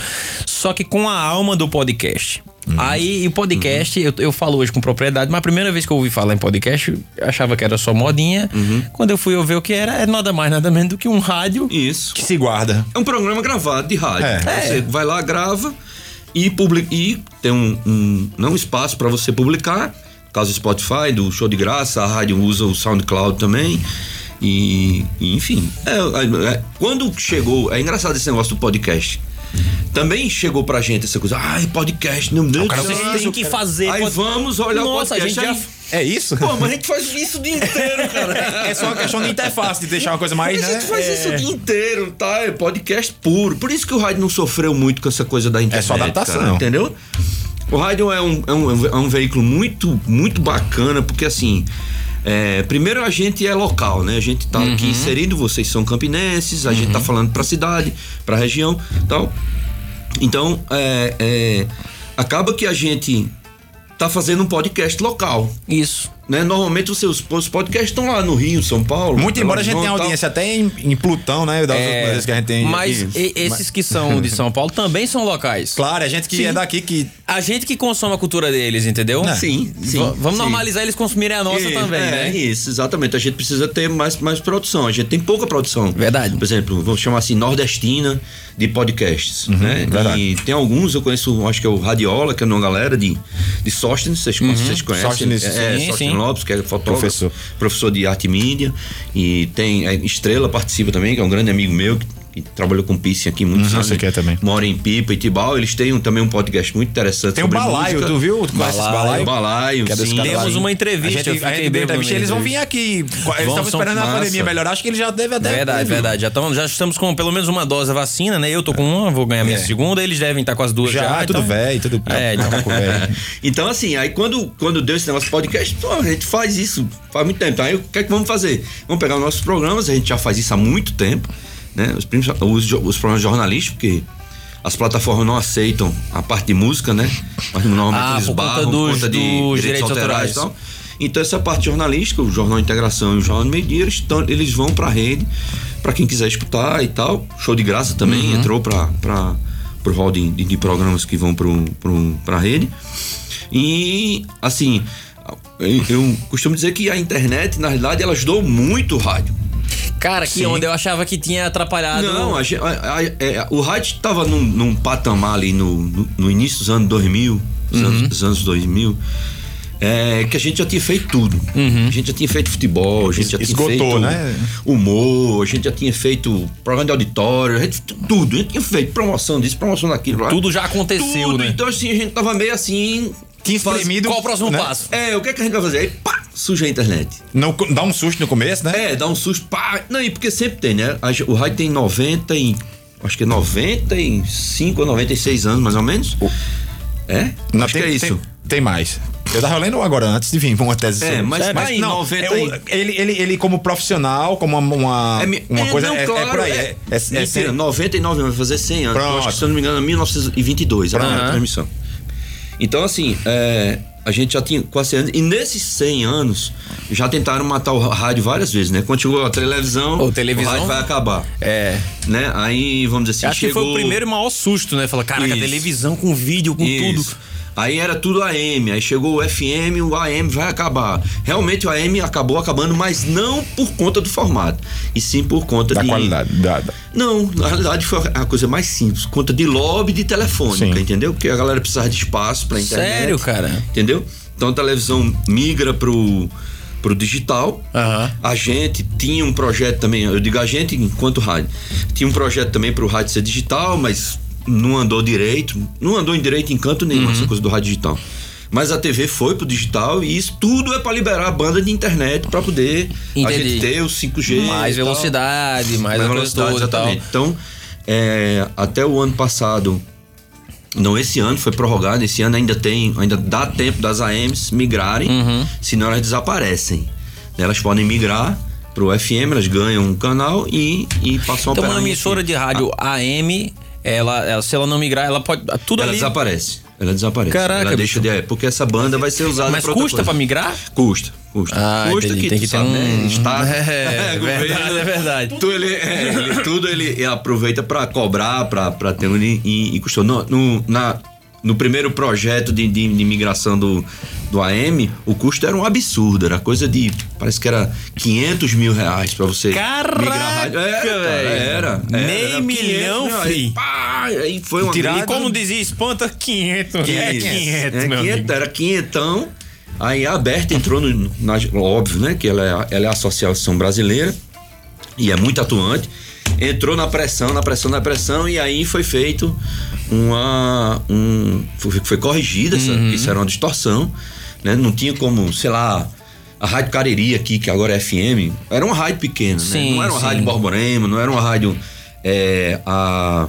B: Só que com a alma do podcast.
F: Uhum.
B: Aí, e o podcast, eu, eu falo hoje com propriedade, mas a primeira vez que eu ouvi falar em podcast, eu achava que era só modinha.
F: Uhum.
B: Quando eu fui eu ver o que era, é nada mais, nada menos do que um rádio
F: Isso.
C: Que se guarda.
F: É um programa gravado de rádio.
C: É.
F: Você vai lá, grava e, publica, e tem um, um- não um espaço para você publicar. No caso do Spotify, do Show de Graça, a rádio usa o SoundCloud também. E, e, enfim. é- é- quando chegou. É engraçado esse negócio do podcast. Também chegou pra gente essa coisa. Ai, podcast, não deu
C: Ah, cara
B: Vocês têm que fazer.
F: Aí
B: pod-
F: vamos olhar
B: Nossa,
F: o
B: a
F: podcast.
B: gente já-
F: aí-
C: É isso?
F: Pô, mas a gente faz isso o dia inteiro, cara.
C: É só uma questão de interface, de deixar uma coisa mais.
F: a gente
C: né?
F: faz isso o dia inteiro, tá? É podcast puro. Por isso que o rádio não sofreu muito com essa coisa da internet.
C: É só adaptação.
F: cara, entendeu? O rádio é um, é um, é um veículo muito, muito bacana, porque assim. é, primeiro a gente é local, né? A gente tá
C: Uhum.
F: aqui inserido, vocês são campinenses, a gente tá falando pra cidade, pra região tal. Então, é, é, acaba que a gente tá fazendo um podcast local.
B: Isso.
F: Né? Normalmente os seus os podcasts estão lá no Rio, São Paulo.
C: Muito embora a gente tenha
F: Horizonte, tal. É,
C: audiência até em, em Plutão, né? Das outras coisas que a gente tem.
B: É, Mas
C: Isso.
B: e- esses que são de São Paulo também são locais.
C: Claro, a gente que
B: Sim.
C: é daqui que.
B: A gente que consome a cultura deles, entendeu?
C: Né?
F: Sim, sim.
B: Va- vamos
F: sim.
B: normalizar eles consumirem a nossa
F: É,
B: também,
F: é,
B: né?
F: Isso, exatamente. A gente precisa ter mais, mais produção. A gente tem pouca produção.
B: Verdade.
F: Por exemplo, vamos chamar assim, nordestina de podcasts, né?
C: Uhum, verdade.
F: E tem alguns, eu conheço, acho que é o Radiola, que é uma galera de, de Sóstenes, vocês, vocês conhecem.
C: Uhum. Sóstenes,
F: é,
B: sim,
F: Sóstenes
B: sim.
F: Lopes, que é fotógrafo.
C: Professor.
F: Professor de arte e mídia. E tem, é, Estrela participa também, que é um grande amigo meu, que, que trabalhou com Pisse aqui muitos anos.
C: sei quem é também.
F: Mora em Pipa e Tibau. Eles têm um- também um podcast muito interessante
C: Tem o
F: sobre
C: Balaio,
F: música.
C: tu viu? Tu conhece esse Balaio?
F: Balaio, Balaio,
C: que é dos
F: sim.
C: caras lá
B: Demos
C: em-
B: uma entrevista,
C: A gente,
B: eu
C: a
B: fiquei
C: gente deu
B: bêbado
C: entrevista,
B: na
C: eles vão vir
B: entrevista.
C: aqui. Eles
B: Vão,
C: estavam
B: são
C: esperando a
F: massa.
C: pandemia melhorar. Acho que eles já devem até.
B: É Verdade, verdade. Já, tamo, já estamos com pelo menos uma dose da vacina, né? Eu tô com uma, vou ganhar minha segunda, eles devem estar com as duas já.
C: É. Já, tudo
B: então-
C: velho, tudo.
B: É, então-
C: pouco velho.
F: Então, assim, aí quando, quando deu esse negócio de podcast, pô, a gente faz isso faz muito tempo. Aí o que é que vamos fazer? Vamos pegar os nossos programas, a gente já faz isso há muito tempo, né? Os, prim- os, jo- os programas jornalísticos, porque As plataformas não aceitam a parte de música, né? Mas normalmente
B: Ah,
F: eles
B: por conta
F: barram
B: dos-
F: por conta de
B: dos
F: direitos,
B: direitos
F: autorais
B: autorais.
F: e tal. Então essa parte jornalística, o Jornal Integração e o Jornal do Meio Dia, eles, estão- eles vão pra rede, pra quem quiser escutar e tal. Show de graça também,
B: Uhum.
F: entrou pra, pra, pro hall de, de- de programas que vão pro, pro, pra rede. E, assim, eu, eu costumo dizer que a internet, na realidade, ela ajudou muito o rádio.
B: Cara, que
F: Sim.
B: onda, eu achava que tinha atrapalhado.
F: Não, a gen- a- a- é, o rádio estava num, num patamar ali no, no, no início dos anos 2000, dos anos, dos anos 2000, é, que a gente já tinha feito tudo. A gente já tinha feito futebol, a gente já
C: Esgotou,
F: tinha feito
C: né?
F: humor, a gente já tinha feito programa de auditório, a gente, tudo. A gente tinha feito promoção disso, promoção daquilo. lá.
B: Tudo já aconteceu,
F: Tudo,
B: né?
F: Então, assim, a gente tava meio assim.
C: Tinha
F: faz-
C: espremido,
B: Qual o próximo
C: né?
B: passo?
F: É, o que é que a gente vai fazer? Aí, pá, surge a internet.
C: Não, dá um susto no começo, né?
F: É, dá um susto, pá. Não, e porque sempre tem, né? A ge- O rádio tem 90 e. Acho que é 95 ou 96 anos, mais ou menos. É?
C: Não,
F: acho
C: tem,
F: que é isso.
C: Tem, tem mais. Eu tava lendo agora, antes de vir, uma tese
F: É,
C: sobre-
F: mas
C: Sério?
F: tá em 90
C: é o-
F: aí.
C: ele, ele, ele, como profissional, como uma, uma,
F: É mi-
C: uma
F: é,
C: coisa.
F: não,
C: é, é
F: claro,
C: por aí. É,
F: é-
C: é, é
F: Mentira,
C: sem-
F: 99 vai fazer 100 anos.
C: Pronto.
F: Eu acho que, se eu não me engano, é 1922 a primeira
B: Pronto.
F: transmissão. Então, assim, é, a gente já tinha quase 100 anos. E nesses 100 anos, já tentaram matar o rádio várias vezes, né? Quando chegou a televisão,
B: Ou televisão.
F: o rádio vai acabar.
B: É.
F: Né? Aí, vamos dizer assim,
B: Acho que foi
F: chegou...
B: o primeiro e maior susto, né? Falar, caraca,
F: Isso.
B: televisão com vídeo, com
F: Isso.
B: tudo.
F: Aí era tudo AM, aí chegou o FM, o AM vai acabar. Realmente o AM acabou acabando, mas não por conta do formato, e sim por conta
C: da
F: de-
C: qualidade. Da, da-
F: Não, na realidade foi a coisa mais simples, conta de lobby de telefônica,
C: Sim.
F: entendeu? Porque a galera precisava de espaço pra internet.
B: Sério, cara?
F: Entendeu? Então a televisão migra pro pro digital.
B: Aham.
F: A gente tinha um projeto também, eu digo a gente enquanto rádio. Tinha um projeto também pro rádio ser digital, mas não andou direito, não andou em direito em canto nenhum
B: Uhum.
F: essa coisa do rádio digital. Mas a TV foi pro digital e isso tudo é pra liberar a banda de internet pra poder a
B: Entendi.
F: gente ter o 5G,
B: Mais
F: e tal.
B: velocidade, mais, a coisa toda e tal.
F: exatamente. Então, é, até o ano passado, não, esse ano foi prorrogado, esse ano ainda tem, ainda dá tempo das AMs migrarem,
B: Uhum.
F: senão elas desaparecem. Elas podem migrar pro FM, elas ganham um canal e, e
B: Então,
F: passam a operar
B: uma
F: em
B: emissora
F: FM.
B: de rádio AM, ela, ela- se ela não migrar, ela pode. Tudo
F: Ah. Ela
B: ali.
F: desaparece. Ela desaparece.
B: Caraca,
F: ela deixa de, é, porque essa banda vai ser usada
B: Mas
F: pra outra
B: custa
F: coisa.
B: pra migrar?
F: Custa, custa.
B: Ah,
F: custa
B: entendi.
F: que
B: Tem
F: tu
B: que ter
F: sabe,
B: um-
F: né? Estado,
B: É, é
F: governo,
B: verdade, é verdade.
F: Tudo ele, é, ele- tudo ele ele aproveita pra cobrar, pra, pra ter um e, e- e custou. No, no, na- no primeiro projeto de, de, de migração do, do AM, o custo era um absurdo, era coisa de, parece que era 500 mil reais pra você
B: Caraca,
F: migrar a rádio. Era, cara,
B: velho.
F: era, era.
B: Nem
F: Era 500
B: milhão,
F: mil,
B: fi.
F: Aí, pá, aí foi uma
B: E
F: grana.
B: como dizia Espanta, 500. É 500,
F: É
B: meu
F: 500,
B: amigo.
F: era quinhentão. Aí a Berta entrou no. na- óbvio, né? Que ela é, a- ela é a associação brasileira e é muito atuante. Entrou na pressão, na pressão, na pressão, e aí foi feito uma. Um, foi, foi corrigida, essa-
B: Uhum.
F: isso era uma distorção. Né? Não tinha como, sei lá, a Rádio Cariri aqui, que agora é FM, era uma rádio pequena, né?
B: Sim,
F: Não era uma
B: sim.
F: rádio Borborema, não era uma rádio. é, a,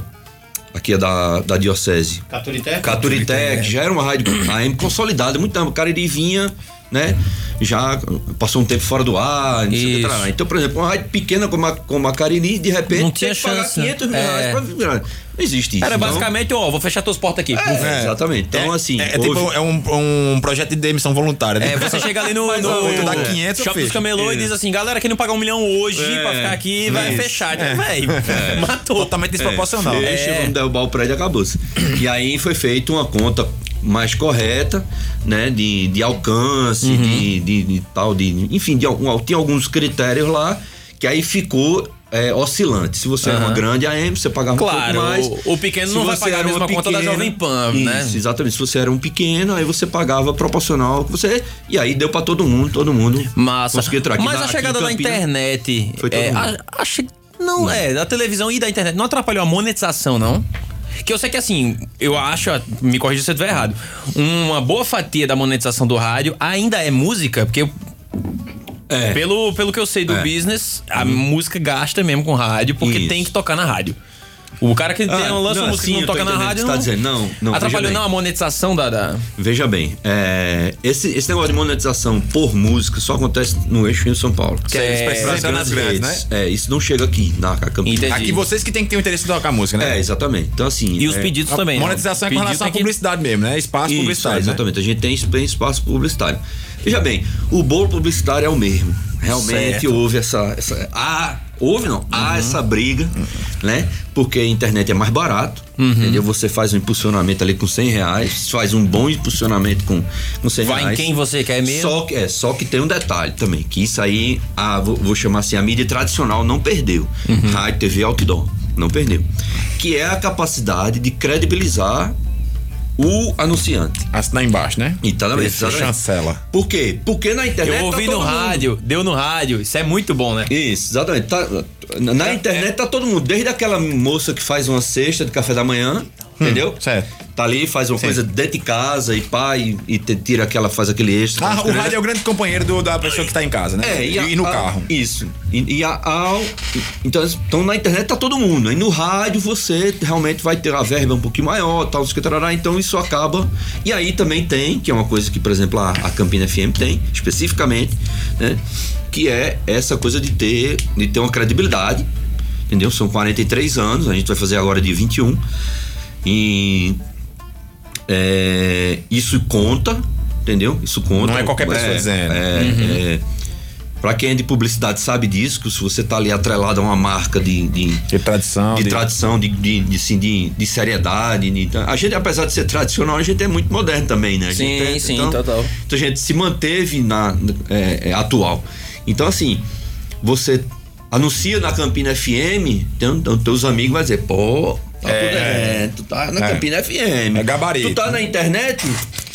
F: aqui é da, da Diocese.
G: Caturité?
F: Caturité, que já era uma rádio AM consolidada, muito tempo. O Cariri vinha, né? Já passou um tempo fora do ar, não sei o que
B: Isso.
F: lá. Então, por exemplo, uma rádio pequena como a, como a Cariri, de repente,
B: Não
F: tem
B: tinha
F: que pagar
B: chance, né?
F: 500 mil reais
B: É.
F: pra virar. Não existe isso.
B: Era
F: então-
B: basicamente, ó, vou fechar tuas portas aqui.
F: É, Exatamente. Então,
C: é,
F: assim.
C: É, é tipo,
F: houve-
C: é um, um projeto de demissão voluntária. né?
B: É, você chega ali no,
C: ó,
B: no,
C: tu dá 500,
B: Shopping dos
C: fecha.
B: Camelô e diz assim, galera, quem não pagar um milhão hoje
F: É,
B: pra ficar aqui, vai
F: isso.
B: fechar. Tipo, Véi, matou.
C: Totalmente desproporcional.
F: É, fecha, vamos derrubar o prédio e acabou-se. E aí foi feita uma conta mais correta, né? De, de alcance,
B: Uhum.
F: de, de- de tal, de. Enfim, de, algum- tinha alguns critérios lá que aí ficou. é, oscilante. Se você era uma grande AM, você pagava um
B: Uhum. Claro,
F: pouco mais.
B: o- o pequeno não vai
F: você
B: pagar a
F: era uma
B: mesma conta da Jovem Pan, né?
F: Isso, exatamente. Se você era um pequeno, aí você pagava proporcional ao que você. E aí deu pra todo mundo, todo mundo.
B: Massa.
F: conseguia entrar aqui
B: Mas
F: na-
B: a
F: aqui em
B: chegada da
F: Campinas-
B: internet.
F: Foi todo
B: é,
F: mundo.
B: a- acho que- Não, é, da televisão e da internet. Não atrapalhou a monetização, não? Que eu sei que assim, eu acho, me corrija se eu estiver errado, uma boa fatia da monetização do rádio ainda é música, porque
F: É.
B: pelo, pelo que eu sei do
F: É.
B: business, a música gasta mesmo com rádio, porque
F: Isso.
B: tem que tocar na rádio. O cara que tem,
F: Ah,
B: lança uma
F: não,
B: música
F: sim,
B: que não
F: eu
B: toca
F: tô
B: na
F: entendendo o
B: rádio.
F: que você tá dizendo. Não, não,
B: Atrapalhou
F: veja bem.
B: não a monetização da. da-
F: Veja bem, é, esse, esse negócio de monetização por música só acontece no eixo Rio-São Paulo. Que
B: Certo.
F: isso pras
C: Sempre nas grandes,
F: redes. É, isso não chega aqui na Campinas.
B: né? Entendi.
C: Aqui vocês que tem que ter o interesse de tocar música, né?
F: É, exatamente. Então, assim.
B: E os
F: é,
B: pedidos
C: A
B: também. né?
C: monetização é com
B: Pedido
C: relação à
B: tem que-
C: publicidade mesmo, né? Espaço
F: Isso,
C: publicitário. né?
F: Exatamente, a gente tem esp- espaço publicitário. Veja bem, o bolo publicitário é o mesmo. Realmente
B: Certo. Uhum.
F: houve essa. essa há, houve não, há essa briga, né? Porque a internet é mais barato,
B: Uhum.
F: entendeu? Você faz um impulsionamento ali com 100 reais, faz um bom impulsionamento com, com 100
B: Vai em
F: reais.
B: quem você quer mesmo.
F: Só que, é, só que tem um detalhe também, que isso aí, a, vou, vou chamar assim, a mídia tradicional não perdeu. Rádio, TV, outdoor, não perdeu. Que é a capacidade de credibilizar o anunciante.
C: Assinar embaixo, né?
F: E tá na
C: Isso, chancela.
F: Por quê? Porque na
B: Eu
F: internet.
B: ouvi
F: tá
B: no
F: todo mundo-
B: rádio, deu no rádio. Isso é muito bom, né?
F: Isso, exatamente. Tá- na na internet tá todo mundo, desde aquela moça que faz uma cesta de café da manhã, entendeu?
C: certo.
F: Tá ali, faz uma coisa dentro de casa e pá, e, e te- tira aquela, faz aquele extra.
C: Ah,
F: faz
C: o
F: aquele-
C: rádio é o grande companheiro do- da pessoa que tá em casa, né?
F: Tá É,
C: e,
F: a-
C: no
F: a-
C: carro.
F: Isso. E, e a, ao- então, então na internet tá todo mundo. Aí no rádio você realmente vai ter a verba um pouquinho maior, tal, não sei o que, tarará, então isso acaba. E aí também tem, que é uma coisa que, por exemplo, a, a Campina FM tem, especificamente, né? Que é essa coisa de ter, de ter uma credibilidade. Entendeu? São 43 anos, a gente vai fazer agora de 21. E é, isso conta, entendeu? Isso conta.
C: Não é qualquer pessoa dizendo. Uhum.
F: É, é. pra quem é de publicidade sabe disso, que se você tá ali atrelado a uma marca de. de
C: De tradição.
F: de
C: de-
F: tradição, de, de, de, assim, de- de seriedade. de- então, a gente, apesar de ser tradicional, a gente é muito moderno também, né? A gente
B: Sim,
F: é-
B: sim, total.
F: Então a gente se manteve na, é, é, atual. Então, assim, você anuncia na Campina FM, então, então teus amigos vão dizer, pô, tá por dentro, tu tá na
C: É.
F: Campina FM.
C: É gabarito.
F: Tu tá na internet?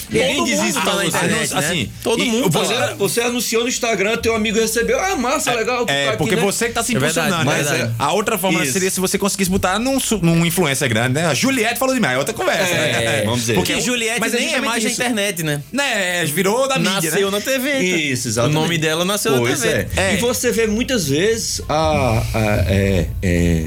F: Ninguém
B: né? mundo
F: diz isso
B: tá
F: pra
B: na
F: você.
B: internet, né?
F: assim,
B: Todo
F: e
B: mundo tá
F: Você,
B: lá.
F: você anunciou no Instagram, teu amigo recebeu. Ah, massa, legal. tu tá
C: É,
F: aqui,
C: porque
F: né?
C: você que tá se
B: É verdade,
C: impulsionando, né?
B: verdade.
C: A outra forma
F: Isso.
C: seria se você conseguisse botar num, su- num influencer grande, né? A Juliette falou demais, é outra conversa, né?
F: vamos dizer.
B: Porque
C: é um-
B: Juliette
C: mas é
B: nem é
C: justamente
B: mais da
C: isso.
B: internet, né?
C: Né, virou da mídia,
B: Nasceu
C: né?
B: na TV. então.
F: Isso, exatamente.
B: O nome dela nasceu
F: Pois
B: na
F: é.
B: TV. É.
F: E você vê muitas vezes a, a, é, é,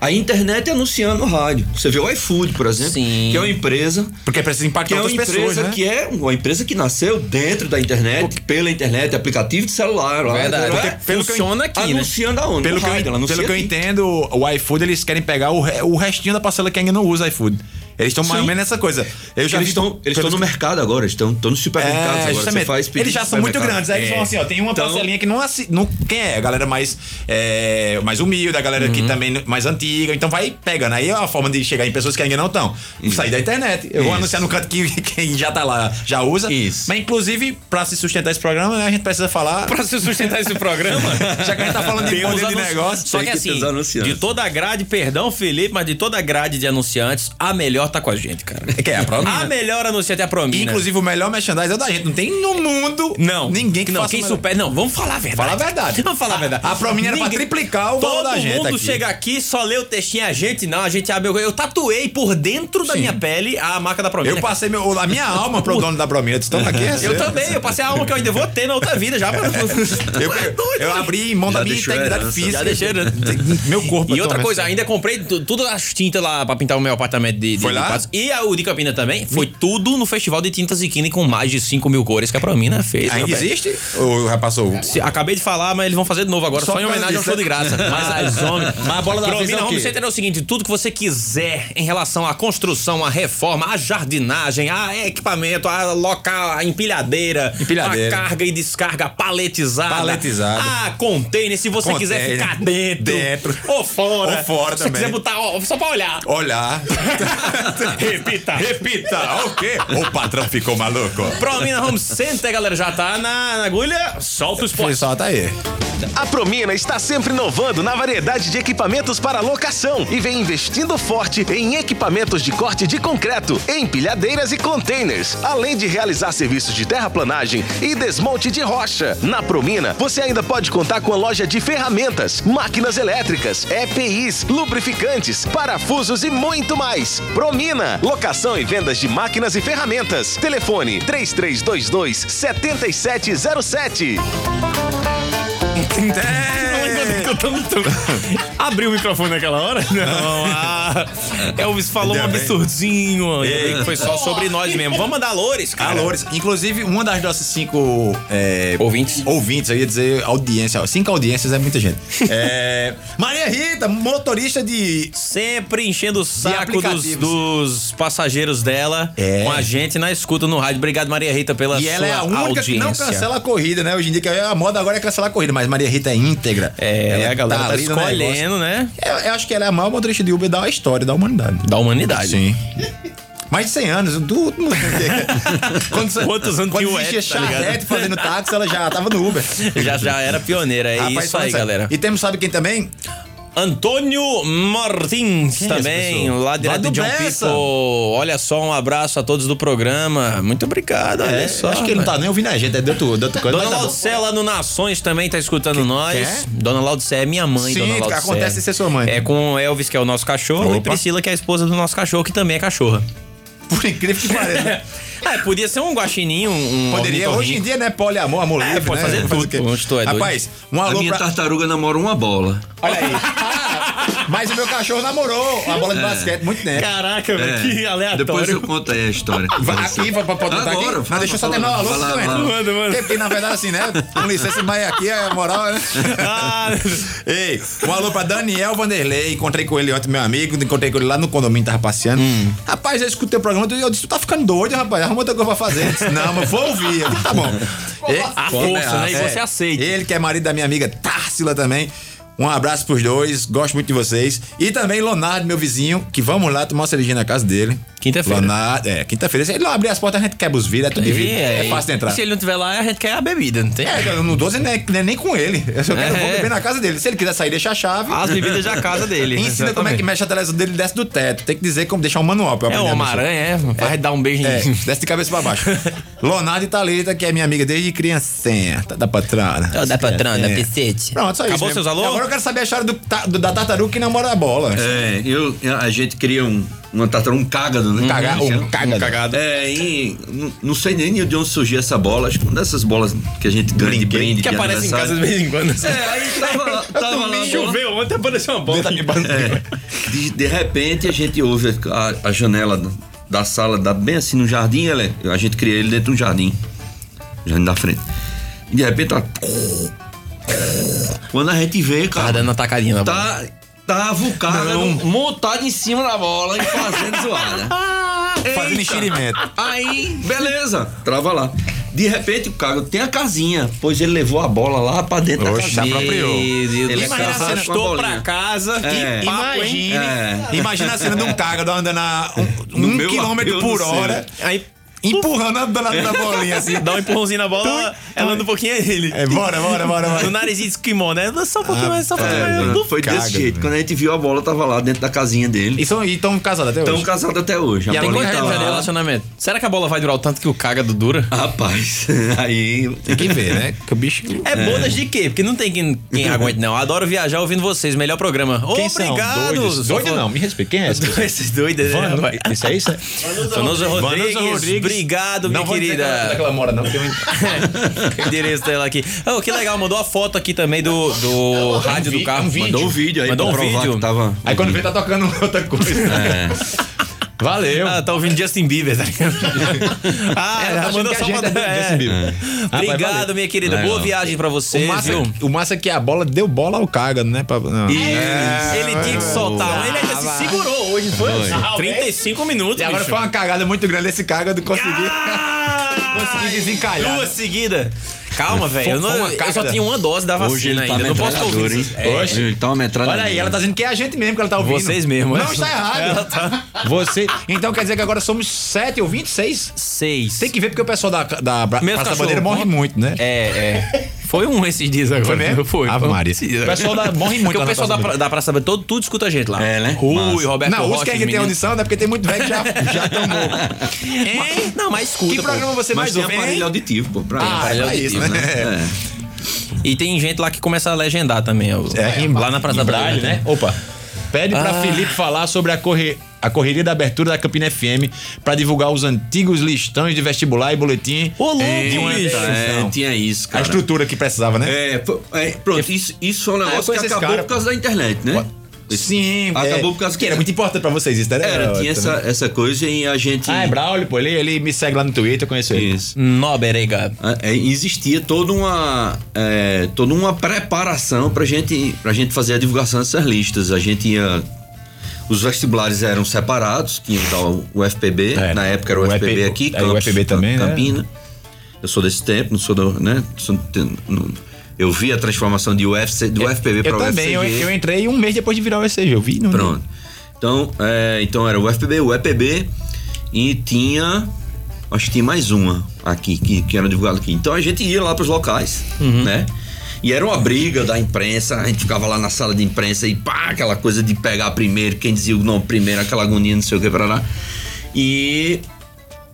F: a internet anunciando o rádio. Você vê o iFood, por exemplo,
B: Sim.
F: que é uma empresa.
C: Porque precisa
F: Que
C: impactar
F: é uma
C: outras
F: empresa
C: pessoas, né?
F: que é uma empresa que nasceu dentro da internet, pela internet, aplicativo de celular. lá,
B: Verdade.
F: lá,
B: Porque pelo que eu-
F: funciona
B: né?
F: Anunciando aonde?
C: Pelo,
F: No
C: que, eu,
F: rádio, ela anuncia
C: pelo que eu
F: aqui.
C: entendo, o iFood eles querem pegar o, re- o restinho da parcela que ainda não usa iFood. Eles estão mais ou
F: Sim.
C: menos nessa coisa. Eu já
F: Eles
C: vi-
F: estão
C: pelos-
F: eles estão no mercado agora, estão estão nos supermercados
C: É,
F: agora. Você
C: justamente.
F: faz pedido
C: eles já
F: no
C: são muito
F: supermercado.
C: grandes. Aí eles
F: É.
C: falam assim, ó, tem uma
F: Então-
C: parcelinha que não, assi- não quem é, a galera mais é, mais humilde, a galera
B: Uhum.
C: que também n- mais antiga, então vai pegando. Aí é uma forma de chegar em pessoas que ainda não estão. Sair da internet. Eu vou
F: Isso.
C: anunciar no canto que quem já tá lá já usa.
F: Isso.
C: Mas inclusive, pra se sustentar esse programa, né, a gente precisa falar
B: Pra se sustentar esse programa,
C: já que a gente tá falando de
B: tem os
C: modelo de
B: anúncios.
C: negócio.
B: Só
F: tem
B: que
F: que ter
B: assim,
F: os anunciantes.
B: de toda a grade, perdão, Felipe, mas de toda a grade de anunciantes, a melhor tá com a gente, cara.
C: Que é a Promina.
B: A melhor anunciante é a Promina.
C: Inclusive, o melhor merchandising é o da gente. Não tem no mundo
B: Não.
C: ninguém que
B: não,
C: faça
B: quem
C: melhor.
B: supera. Não, vamos falar a verdade.
C: Fala a verdade.
B: Vamos falar a verdade.
C: A Promina era pra triplicar o valor
B: Todo
C: da gente
B: mundo
C: aqui.
B: chega aqui, só lê o textinho, a gente não, a gente abre. o- Eu tatuei por dentro da minha pele a marca da Promina.
C: Eu passei meu- a minha alma pro dono da Bromina. Eu disse, "Toma aqui é
B: Eu
C: seu."
B: também, eu passei a alma que eu ainda vou ter na outra vida já. Pra...
C: Eu,
B: É doido,
C: eu
B: né?
C: abri em mão
F: Já
C: da minha
F: deixou
C: integridade
F: herança,
C: física.
B: já deixei herança.
C: Meu corpo.
B: E outra
C: atualmente.
B: coisa, ainda comprei tu- todas as tintas lá pra pintar o meu apartamento de, de
C: Foi
B: de
C: lá?
B: quadros. E a, o de Campina também. Foi tudo no Festival de Tintas e Quini com mais de 5 mil cores que é a Promina fez.
C: Ainda
B: rapaz.
C: existe? Ou já passou?
B: Se- Acabei de falar, mas eles vão fazer de novo agora,
C: Só
B: só, em
C: por causa
B: homenagem ao
C: disso,
B: show de
C: né?
B: graça. Mas as homens.
G: Mas a bola da vez é
B: Promina
G: o
B: Home
G: quê?
B: Center é o seguinte: tudo que você quiser em relação à construção, à reforma, à jardinagem, a equipamento, a local, a empilhadeira,
C: Empilhadeira.
B: a carga e descarga paletizada,
C: Paletizada.
B: a container, se você quiser
C: Container.
B: ficar dentro,
C: Dentro.
B: ou fora,
C: Ou fora
B: se você
C: também.
B: quiser botar ó, só pra olhar.
C: Olhar.
B: Repita.
C: Repita. O quê? O patrão ficou maluco.
B: Promina Home Center, galera, já tá na, na agulha. Solta os
C: Foi
B: postos.
C: só, tá aí.
D: A Promina está sempre inovando na variedade de equipamentos para locação e vem investindo forte em equipamentos de corte de concreto, empilhadeiras e containers, além de realizar serviços de terraplanagem e desmonte de rocha. Na Promina, você ainda pode contar com a loja de ferramentas, máquinas elétricas, EPIs, lubrificantes, parafusos e muito mais. Promina, locação e vendas de máquinas e ferramentas. Telefone 3322 7707.
C: É.
B: cara tão, tão... Abriu o microfone naquela hora? Não. Ah, Elvis falou um
C: Ainda bem.
B: absurdinho. Ainda bem que foi só sobre nós mesmo. Vamos mandar Loures, cara.
C: Calores. Inclusive, uma das nossas cinco. é,
B: Ouvintes.
C: Ouvintes, eu ia dizer audiência. ó. Cinco audiências é muita gente. É, Maria Rita, motorista de.
B: Sempre enchendo o saco dos,
C: aplicativos.
B: dos passageiros dela
C: É.
B: com a gente na escuta no rádio. Obrigado, Maria Rita, pela
C: E
B: sua
C: ela é a única
B: audiência.
C: que não cancela a corrida, né? Hoje em dia, que a moda agora é cancelar a corrida, mas Maria Rita é íntegra.
B: É,
C: Ela
B: a galera tá,
C: ali no negócio.
B: escolhendo, né?
C: Eu, eu acho que ela é a maior motorista de Uber da história da humanidade.
B: Da humanidade.
C: Sim. Mais de 100 anos, do, do- quando,
B: Quantos anos
C: quando
B: tinha o
C: existia
B: Ed, tá ligado?
C: charrete fazendo táxi, ela já tava no Uber.
B: Já, já era pioneira. É
C: Rapaz,
B: isso
C: fala
B: aí,
C: sério.
B: galera.
C: E temos, sabe quem também?
B: Antônio Martins
C: Quem é essa
B: também,
C: pessoa?
B: lá
C: Lá
B: direto de
C: do
B: John
C: Bessa.
B: Pico. Olha só, um abraço a todos do programa. Muito obrigado, olha
C: É,
B: só.
C: acho que ele não tá nem ouvindo a gente, é de outro, de outro canto,
B: Dona
C: mas tá bom.
B: Laudicé lá no Nações também tá escutando nós.
C: quer?
B: Dona Laudicé é minha mãe,
C: Sim,
B: Dona Laudicé.
C: acontece de ser sua mãe.
B: É com o Elvis, que é o nosso cachorro, e
C: Opa.
B: Priscila, que é a esposa do nosso cachorro, que também é cachorra.
C: Por incrível que pareça.
B: Ah, podia ser um guaxininho, um
C: Poderia,
B: ornitorrinco.
C: hoje em dia, né? Poliamor, amor livre,
B: É, pode
C: né?
B: fazer
C: Faz
B: tudo,
C: o quê?
B: pô, hoje tu é doido. tá
C: Rapaz, um
F: A
C: alô
F: minha
C: pra...
F: tartaruga namora uma bola.
C: Olha aí. Ah, Mas o meu cachorro namorou a bola de basquete muito tempo. É.
B: Caraca, velho, que aleatório.
F: É. Depois eu conto aí a história.
C: Vai aqui, vai pra botar aqui.
F: Agora,
C: Mas
F: fala,
C: deixa eu só
F: fala,
C: terminar o alô,
F: fala,
C: Silvio.
F: fala.
B: Manda, manda.
C: Porque, porque, na verdade, assim, né? Com licença, mas aqui é a moral, né?
B: Ah,
C: Ei, um alô pra Daniel Vanderlei. Encontrei com ele ontem, meu amigo. Encontrei com ele lá no condomínio, tava passeando. Rapaz, eu escutei o programa e eu disse: Tu tá ficando doido, rapaz? Arruma outra coisa pra fazer. Ele disse, Não, mas vou ouvir. Eu disse, tá bom. E-
B: A força, né? E
C: É.
B: você aceita.
C: Ele que é marido da minha amiga Tarsila também. Um abraço pros dois, gosto muito de vocês. E também Leonardo, meu vizinho, que vamos lá tomar uma cervejinha na casa dele.
B: Quinta-feira.
C: Leonardo, é, quinta-feira. Se ele não abrir as portas, a gente quebra os vidros, é tudo de vidro. É, fácil de entrar.
B: E se ele não tiver lá, a gente quer a bebida, não tem?
C: É, eu não dou nem, nem- nem com ele. Eu só quero
B: É.
C: vou beber na casa dele. Se ele quiser sair, deixa a chave.
B: As bebidas da casa dele.
C: ensina como é que
B: Exatamente.
C: mexe a televisão dele desce do teto. Tem que dizer como deixar um manual pra eu
B: É
C: aprender
B: o
C: a mexer.
B: Homem-Aranha, é. Vai dar um beijo em
C: É, desce de cabeça pra baixo. Leonardo Italeta, que é minha amiga desde criancinha. Tá da patrana.
B: Ó, da patrona, da
C: É.
B: Picete.
C: Pronto, só isso.
B: Acabou
C: mesmo.
B: seus alô?
C: Agora eu quero saber a história do, ta- do- da tartaruga que namora a bola.
F: É, eu, a gente cria um, uma tartaruga, um cágado, né?
C: Caga-
F: Como é que
C: um
F: chama?
C: cagado.
F: É, e n- não sei nem de onde surgiu essa bola, acho que uma dessas bolas que a gente ganha de brinde.
B: Que
F: de
B: aparece em casa de
F: aniversário.
B: vez em quando.
F: É, aí tava, tava lá. a bola.
B: ontem apareceu uma bola.
F: É, de, de repente a gente ouve a, a janela da- da sala, dá bem assim no jardim, ela, é- a gente cria ele dentro de um jardim. Jardim da frente. E de repente ela. Quando a gente vê,
B: Tá
F: cara,
B: dando uma tacadinha na bola.
F: tá, tava o cara
B: Não.
F: montado em cima da bola e fazendo zoada.
C: Fazendo
F: Eita.
C: enxerimento.
F: Aí, beleza, trava lá. De repente, o cara tem a casinha, pois ele levou a bola lá pra dentro
C: Oxe,
F: da casinha.
C: apropriou.
F: Ele
B: Imagina
F: casou
B: se
F: com a
B: arrastou
F: bolinha.
B: pra casa.
F: É.
B: Que papo, hein?
C: Imagine.
F: É.
C: Imagina a cena de um cagado andando a um,
F: No
C: um
F: meu
C: quilômetro
F: apelo
C: por
F: do
C: hora,
B: Aí
C: empurrando a dona da bolinha assim.
B: dá um empurrãozinho na bola, ela anda um pouquinho é ele.
C: É, bora, bora, bora,
B: No
C: bora.
B: narizinho de esquimó, né? Só um pouquinho
C: Ah,
B: mais, só um pouquinho
F: É,
B: mais.
F: mano, foi
C: Caga,
F: desse jeito.
C: velho.
F: Quando a gente viu a bola, tava lá dentro da casinha dele.
C: E são- E estão casados até
F: Estão
C: hoje.
F: casados até hoje.
C: E
F: A
C: a
F: bola
C: bola
F: tá
C: é
F: lá.
C: velha, ela
B: relacionamento. Será que a bola vai durar o tanto que o cagado dura?
F: Rapaz, aí.
C: Tem que ver, né? Que o bicho.
B: É bodas de quê? Porque não tem quem, quem aguente, não. Adoro viajar ouvindo vocês. Melhor programa.
C: Quem são?
B: Obrigado.
C: Doidos?
B: Só
C: Doido
B: fal-
C: não, me respeita. Quem é esse?
B: Esses doidos, né? rapaz?
C: Isso é isso? é?
B: Vanusa Rodrigues,
C: Vanusa Rodrigues.
B: obrigado, minha
C: vou dizer que ela-
B: querida.
C: que ela mora, não. porque eu-
B: O endereço dela aqui. Oh, que legal, mandou a foto aqui também do, do rádio do
C: vi-
B: carro.
C: um vídeo.
F: Mandou um vídeo aí
B: Mandou
F: pra
B: um
F: provar
B: vídeo.
F: que tava. É.
C: Aí quando vê, tá tocando outra coisa. Valeu.
B: Ah, tá ouvindo Justin Bieber, tá ligado? Ah,
C: É, ela tá achando
B: mandou
C: que a
B: só
C: gente
B: pra...
C: é do Justin
B: É.
C: Bieber. Ah, mas
B: Obrigado,
C: valeu.
B: minha querida. Boa
F: Legal.
B: viagem pra
C: O
B: você,
C: massa,
B: viu?
C: o massa é que a bola deu bola ao Cágado, né? Pra- não.
B: Ele tinha que soltar. mas ele ainda se segurou hoje, foi? 35 minutos,
C: E agora
B: bicho.
C: foi uma cagada muito grande esse Cágado conseguir.
B: Ah!
C: Consegui desencalhar.
B: Duas seguidas. Calma, velho. Eu,
C: foi
B: não-
C: uma
B: eu só
C: cagada.
B: tinha uma dose da
F: Hoje
B: vacina
F: ele tá
B: ainda. Não posso
F: metralhador,
B: ouvir. É.
F: hein? Hoje ele tá uma metralhadora.
C: Olha aí, ela tá dizendo que é a gente mesmo que ela tá ouvindo.
B: Vocês mesmo,
C: Não
B: é.
C: está
B: Ela
C: errado.
B: tá-
C: Você. Então quer dizer que agora somos sete ou 26?
B: Seis.
C: Tem que ver porque o pessoal da, da Bra-
B: Meus
C: Praça
B: cachorro.
C: Bandeira morre muito, né?
B: É, é. Foi um esses dias agora.
C: Foi mesmo?
B: Foi.
C: Ave
B: Foi um
C: Maria.
B: esses dias.
C: O pessoal da- morre muito
B: Porque o
C: lá na
B: pessoal da,
C: Praça
B: pra- da Praça Bandeira, todo, tudo escuta a gente lá.
F: É, né?
B: Rui,
F: Massa.
B: Roberto
C: Na
B: Rocha.
C: USC é
B: os
C: que tem
B: meninos.
C: audição, né? Porque tem muito velho que já, já tomou.
B: É? Não, mas escuta,
C: Que programa
B: pô.
C: você
F: Mas
C: mais
F: tem
C: ouve? hein?
F: aparelho auditivo, pô. Pra
C: Ah,
F: aparelho
C: é isso, né?
B: E tem gente lá que começa a legendar também. ó.
C: É, em-
B: lá na Praça né?
C: em
B: Bandeira.
C: Opa. Pede pra
B: Ah.
C: Felipe falar sobre a corre... a correria da abertura da Campina FM pra divulgar os antigos listões de vestibular e boletim.
B: Ô, louco,
C: de uma
B: bicho.
C: instituição.
F: É, tinha isso,
C: né? a
F: cara.
C: estrutura que precisava, né?
F: É, pô, é, pronto, isso, isso é um
C: Ah, eu
F: negócio
C: conheço esse
F: que acabou
C: cara.
F: por causa da internet, né?
C: Sim,
F: Acabou
C: é,
F: por causa
C: que era muito importante pra vocês isso, né?
F: Era, tinha essa, essa coisa e a gente.
C: Ah, é Braulio, pô, ele, ele me segue lá no Twitter, eu conheço ele.
F: Isso.
B: Nóbrega.
F: Ah, é, existia toda uma é, toda uma preparação pra gente pra gente fazer a divulgação dessas listas a gente ia os vestibulares eram separados que iam dar o- o FPB
C: É.
F: na época era o,
C: O
F: FPB
C: FPB
F: aqui
C: é, o FPB também, né?
F: Campina eu sou desse tempo não sou do, né sou- tem- não- eu vi a transformação de UFC do FPB para
C: eu
F: o
C: também, eu,
F: FCG.
C: eu entrei um mês depois de virar o ECG, eu vi no.
F: Pronto. Então, é, então era o FPB, o EPB e tinha. Acho que tinha mais uma aqui, que, que era divulgada aqui. Então a gente ia lá pros locais, né? E era uma briga da imprensa, a gente ficava lá na sala de imprensa e pá, aquela coisa de pegar primeiro, quem dizia o nome primeiro, aquela agonia, não sei o que, parará. E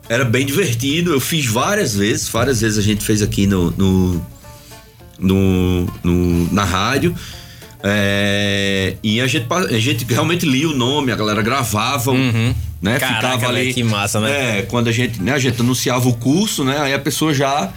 F: era bem divertido, eu fiz várias vezes, várias vezes a gente fez aqui no, no, no- no- na rádio. É, e a gente, pa- a gente realmente lia o nome, a galera gravava, né?
B: Uhum. Caraca,
F: ficava
B: velho,
F: ali.
B: que massa, né?
F: É, quando a gente, né, a gente anunciava o curso, né? Aí a pessoa já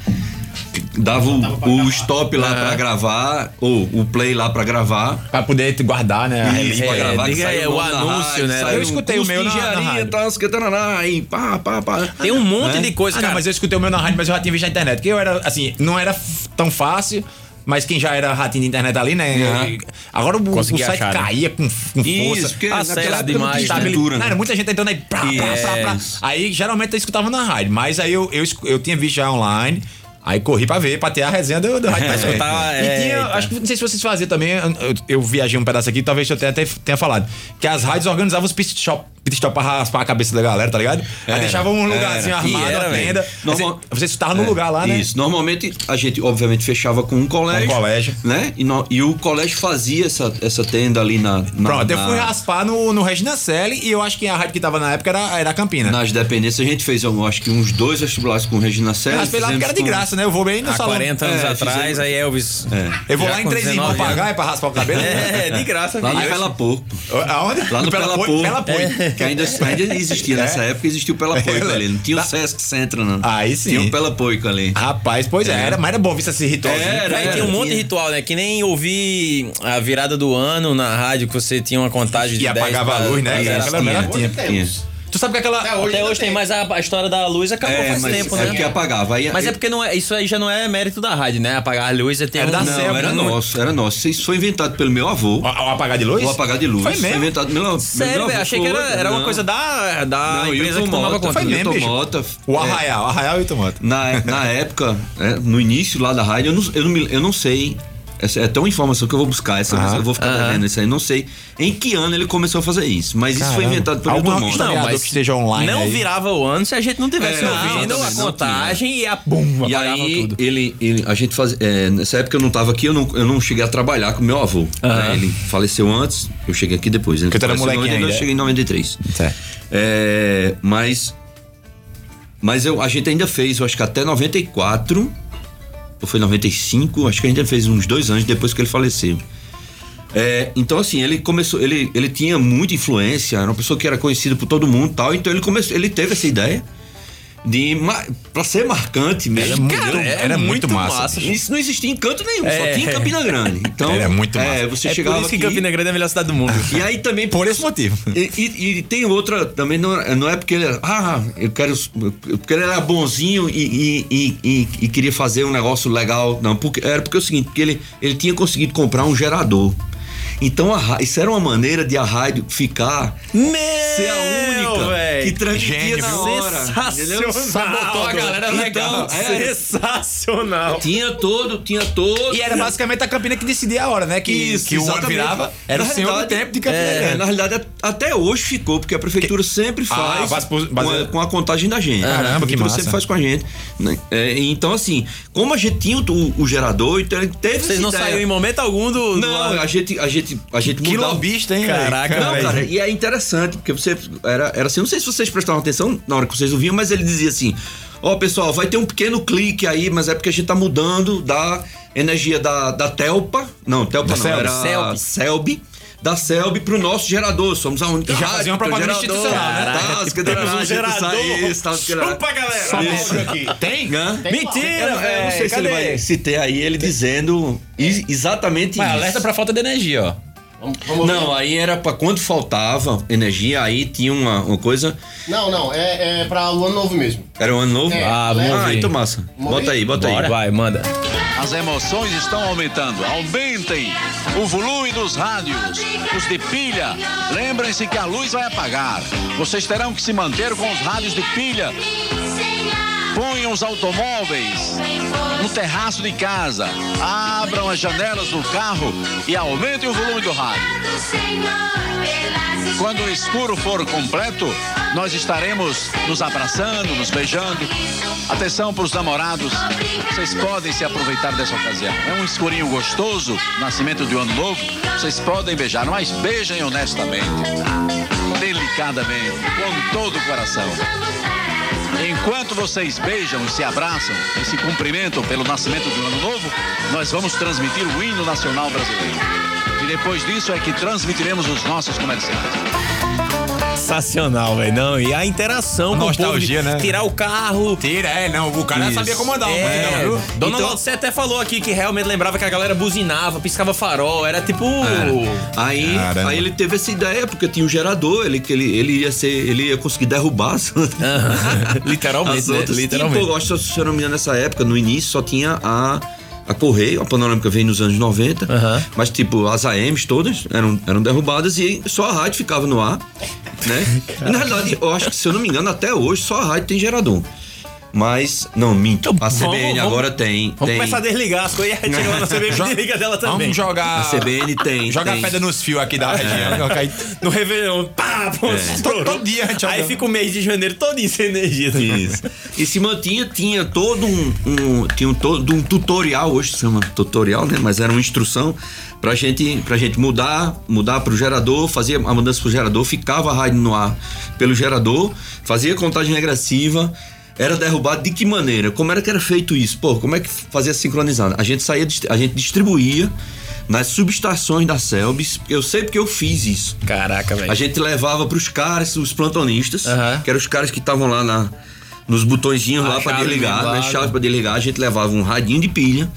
F: dava o, o stop lá
B: É.
F: pra gravar, ou o play lá pra gravar.
C: Pra poder guardar, né? a
F: Isso,
C: relíquia.
F: pra gravar, que
B: É, diga aí, é
F: saiu
B: o
F: nome na
B: anúncio,
F: rádio,
B: né?
F: saiu
C: Eu escutei o
F: curso
C: meu
F: de
C: na- na
F: engenharia,
C: rádio.
F: tal, não sei o que, taraná, e pá, pá, pá.
B: Tem um monte de coisa,
C: ah,
B: cara.
C: Não, mas eu escutei o meu na rádio, mas eu já tinha visto na internet. Porque eu era, assim, não era f- tão fácil, mas quem já era ratinho de internet ali, né?
F: Uhum.
C: Agora o, o
B: Conseguia
C: site
B: achar, né?
C: caía com, f- com
F: Isso,
C: força.
F: porque
B: Ah,
F: naquela
B: sei lá,
F: época
B: demais,
F: não tinha
B: né?
C: Estabil-
F: estrutura, né?
C: Cara, muita gente tá entrando aí. Pra, pra, pra, pra.
F: Isso.
C: Aí geralmente eu escutava na rádio, mas aí eu, eu, escu- eu tinha visto já online. Aí corri pra ver, pra ter a resenha do, do rádio pra escutar.
B: é,
C: e tinha,
B: eita.
C: acho que não sei se vocês faziam também, eu, eu- eu viajei um pedaço aqui, talvez eu tenha, até tenha falado. Que as rádios organizavam os pit stop, pit stop pra raspar a cabeça da galera, tá ligado? Aí deixavam um lugarzinho
F: era,
C: armado,
F: era,
C: uma
F: velho.
C: tenda.
F: Normal-
C: Você, você escutava no lugar lá, né?
F: Isso. Normalmente a gente, obviamente, fechava com um colégio.
C: Com um colégio.
F: Né? E, no- e o colégio fazia essa, essa tenda ali na. na
C: Pronto, eu fui
F: na-
C: raspar no, no Regina Selle e eu acho que a rádio que tava na época era, era a Campina.
F: Nas dependências a gente fez, eu acho que uns dois vestibulares com Regina Sérgio.
C: Raspei lá porque era de graça, né? Eu vou bem no
B: Há
C: salão.
B: 40 anos
F: É,
B: atrás,
F: fizemos-
B: aí Elvis.
C: É. Eu vou
B: já
C: lá em
B: com
C: três
B: 19
C: irmãos
B: anos.
C: pagar é pra raspar o cabelo?
B: É, de graça,
F: Lá no
B: velho.
F: Pela Porco.
C: Aonde?
F: Lá no
C: Pela
F: Pela
C: Poi-
F: Porco.
C: Pela É. Poi.
F: Que ainda, ainda existia nessa época, existia o Pela Porco ali. Não tinha o Sesc Centro, não.
C: Aí sim.
F: Tinha o Pela Porco ali.
C: Rapaz, pois é, era, mas era bom ver esses rituais. né?
F: Era,
B: Aí tem um monte de
F: tinha.
B: ritual, né? Que nem ouvir a virada do ano na rádio, que você tinha uma contagem de
C: E
B: 10
C: apagava
B: pra-
C: a luz, né?
B: pra-
C: Era
B: pra-
C: aquela melhor tinha.
F: Tinha.
C: Tu sabe que aquela.
B: Até hoje tem, mas a, a história da luz acabou
F: É,
B: faz
F: mas
B: tempo,
F: é
B: né?
F: porque apagava. Aí,
B: Mas é porque não é, isso aí já não é mérito da rádio, né? Apagar a luz é ter
C: Era
B: um...
C: da
F: Não,
C: Selva,
F: era
C: né?
F: nosso, era nosso. Isso foi inventado pelo meu avô.
C: O, o apagar de luz?
F: O apagar de luz.
C: Foi mesmo.
F: inventado. Meu, meu
B: Sério,
F: avô
B: velho, achei que era,
F: foi,
B: era uma
F: não.
B: coisa da, da
F: Não,
B: empresa
F: Hilton
B: que tomava
F: Mota.
B: conta.
C: Foi mesmo,
F: Hilton
C: bicho.
F: Mota.
C: O
F: é,
C: Arraial, Arraial e Tomata.
F: na, na época, é, no início lá da rádio, eu não, eu não, me- eu não sei. Essa é até uma informação que eu vou buscar, essa
C: Ah.
F: eu vou ficar
B: Aham.
F: devendo isso aí. Não sei em que ano ele começou a fazer isso, mas isso foi
C: Caramba.
F: inventado pelo
C: Alguma
F: Hilton Mota.
C: história Não, mas-
B: mas
C: que esteja online
B: Não
C: aí.
B: virava o ano se a gente não tivesse
F: É,
B: ouvindo
F: não,
B: a
F: não tinha.
B: contagem e a bum,
F: E
B: apagava
F: aí
B: tudo.
F: ele, ele- a gente fazia. é, nessa época eu não tava aqui, eu não, eu não cheguei a trabalhar com meu avô.
B: Aham.
F: né? Ele faleceu antes, eu cheguei aqui depois. Ele
C: Porque tu era
F: faleceu em
C: molequinho
F: 92,
C: ainda. é?
F: Eu cheguei em 93.
C: Certo.
F: É, mas mas eu, a gente ainda fez, eu acho que até 94, ou foi 95, acho que a gente ainda fez uns dois anos depois que ele faleceu. É, então assim, ele começou, ele, ele tinha muita influência, era uma pessoa que era conhecida por todo mundo, e tal, então ele começou, ele teve essa ideia de ma- pra ser marcante mesmo.
C: Era muito-
F: é
C: era muito massa, bicho.
F: Isso não existia em canto nenhum,
B: É.
F: só tinha em Campina Grande. Então,
C: Era muito
F: É,
C: massa.
F: você
B: É
F: chegava
B: por isso que
F: aqui,
B: Campina Grande é a melhor cidade do mundo.
F: E aí também
C: Por esse motivo.
F: e, e- e tem outra também, não, não é porque ele era. Ah, eu quero. Porque ele era bonzinho e, e- e- e- e queria fazer um negócio legal. Não, porque, era porque é o seguinte, porque ele, ele tinha conseguido comprar um gerador. Então a ra- isso era uma maneira de a rádio ficar.
B: Meu,
F: Ser a única
B: véi.
F: que transmitia
C: Gênio,
F: na hora. entendeu?
B: tá Sensacional.
F: Sabotou a galera legal.
B: Então,
F: É.
B: Sensacional.
F: Tinha todo, tinha todo.
C: E era basicamente a Campina que decidia a hora, né? Que,
F: Isso,
C: que o ano
F: exatamente.
C: virava. Era
F: Na
C: o senhor do
F: realidade,
C: tempo de Campina. né?
F: é,
C: Grande.
F: na realidade, at- até hoje ficou, porque a prefeitura sempre faz é.
C: base- base-
F: com, a, com a contagem da gente.
C: Caramba,
F: a
C: que
F: prefeitura
C: massa.
F: sempre faz com a gente. né? É, então, assim, como a gente tinha o, o gerador, então ele teve
B: Vocês
F: essa
B: não
F: ideia.
B: saíram em momento algum do... do-
F: Não, a gente, a gente, a gente
C: Que
F: mudava-
C: lobista, hein?
B: Caraca,
F: não,
B: velho.
F: cara, e é interessante, porque você. Era, era assim, não sei se vocês prestaram atenção na hora que vocês ouviam, mas ele dizia assim: Ó, pessoal, vai ter um pequeno clique aí, mas é porque a gente tá mudando da energia da, da Telpa. Não, Telpa
C: Da
F: não,
C: Celbi.
F: era
B: Celbi.
F: Celbi. da Selby pro nosso gerador. Somos a única
C: E já
F: rádio
C: fazia uma
F: pro
C: propaganda
F: gerador.
C: institucional, né?
F: Caraca,
B: Caraca,
F: que
B: temos
F: danado,
B: um
F: a gente
B: gerador.
F: sai isso, tá,
B: Chupa, galera.
F: Só
B: Isso.
F: isso. aqui.
C: Tem?
F: Hã?
B: Mentira,
F: Eu, não- eu não
B: velho,
F: sei se ele
B: cadê?
F: vai citar aí ele dizendo i- exatamente
G: Mas
C: Ah,
F: isso.
G: alerta pra falta de energia, ó.
F: Não, aí era pra quando faltava energia, aí tinha uma, uma coisa.
H: Não, não, é, é pra ano novo mesmo.
F: Era um ano novo?
H: É.
B: Ah, vamos
F: Ah,
B: ouvir.
F: então massa.
H: Vamos
F: Bota
H: ver?
F: aí, bota
B: Bora.
F: aí.
B: Vai, manda.
I: As emoções estão aumentando. Aumentem o volume dos rádios. Os de pilha, lembrem-se que a luz vai apagar. Vocês terão que se manter com os rádios de pilha. Ponham os automóveis no terraço de casa. Abram as janelas do carro e aumentem o volume do rádio. Quando o escuro for completo, nós estaremos nos abraçando, nos beijando. Atenção para os namorados, vocês podem se aproveitar dessa ocasião. É um escurinho gostoso, nascimento de um ano novo. Vocês podem beijar, mas beijem honestamente, delicadamente, com todo o coração. Enquanto vocês beijam e se abraçam e se cumprimentam pelo nascimento do ano novo, nós vamos transmitir o hino nacional brasileiro. E depois disso é que transmitiremos os nossos comerciantes.
B: Sensacional, velho. Não, e a interação com
C: nostalgia,
B: o povo de
C: né?
B: Tirar o carro.
C: Tira, é, não. O cara
B: Isso.
C: sabia comandar um
B: é.
C: bandidão, viu?
B: Dona
F: Então-
B: Valcé até falou aqui que realmente lembrava que a galera buzinava, piscava farol, era tipo.
F: Aí,
C: Caramba.
F: aí ele teve essa ideia, porque tinha um gerador, ele, que ele, ele ia ser. Ele ia conseguir derrubar as,
B: Literalmente,
F: as
B: né?
F: outras.
B: Literalmente.
F: Tipo, eu acho que se eu não me engano, nessa época, no início, só tinha a. A Correio, a Panorâmica veio nos anos 90,
B: Aham.
F: mas tipo, as AMs todas eram, eram derrubadas e só a rádio ficava no ar, né? E, na realidade, eu acho que, se eu não me engano, até hoje só a rádio tem gerador. Mas, não, minto, a
B: Então, vamos-
F: CBN
B: vamos-
F: agora tem.
B: Vamos
F: tem.
B: começar a desligar as coisas e a gente chega lá na CBN e liga dela também.
C: Vamos jogar.
F: A CBN tem.
C: Joga
F: tem.
C: pedra nos fios aqui
F: É.
C: da região. que eu caí-
B: No Réveillon, pá, pô, estourou.
C: Todo dia a gente
B: Aí
C: joga.
B: fica o mês de janeiro todo isso, sem energia. assim.
F: Isso. E se mantinha, tinha todo um, um- tinha um, todo um tutorial, hoje se chama tutorial, né? Mas era uma instrução pra gente, pra gente mudar, mudar pro gerador, fazia a mudança pro gerador, ficava a rádio no ar pelo gerador, fazia contagem regressiva, era derrubado de que maneira? Como era que era feito isso? Pô, como é que fazia sincronizado? A gente saía, dist- a gente distribuía nas subestações da Selbis, eu sei porque eu fiz isso.
B: Caraca, velho.
F: A gente levava pros caras, os plantonistas,
B: Aham.
F: que eram os caras que estavam lá na, nos botõezinhos
B: A
F: lá pra
B: chave
F: desligar,
B: mesmo,
F: né?
B: lá,
F: Chave pra desligar. A gente levava um radinho de pilha,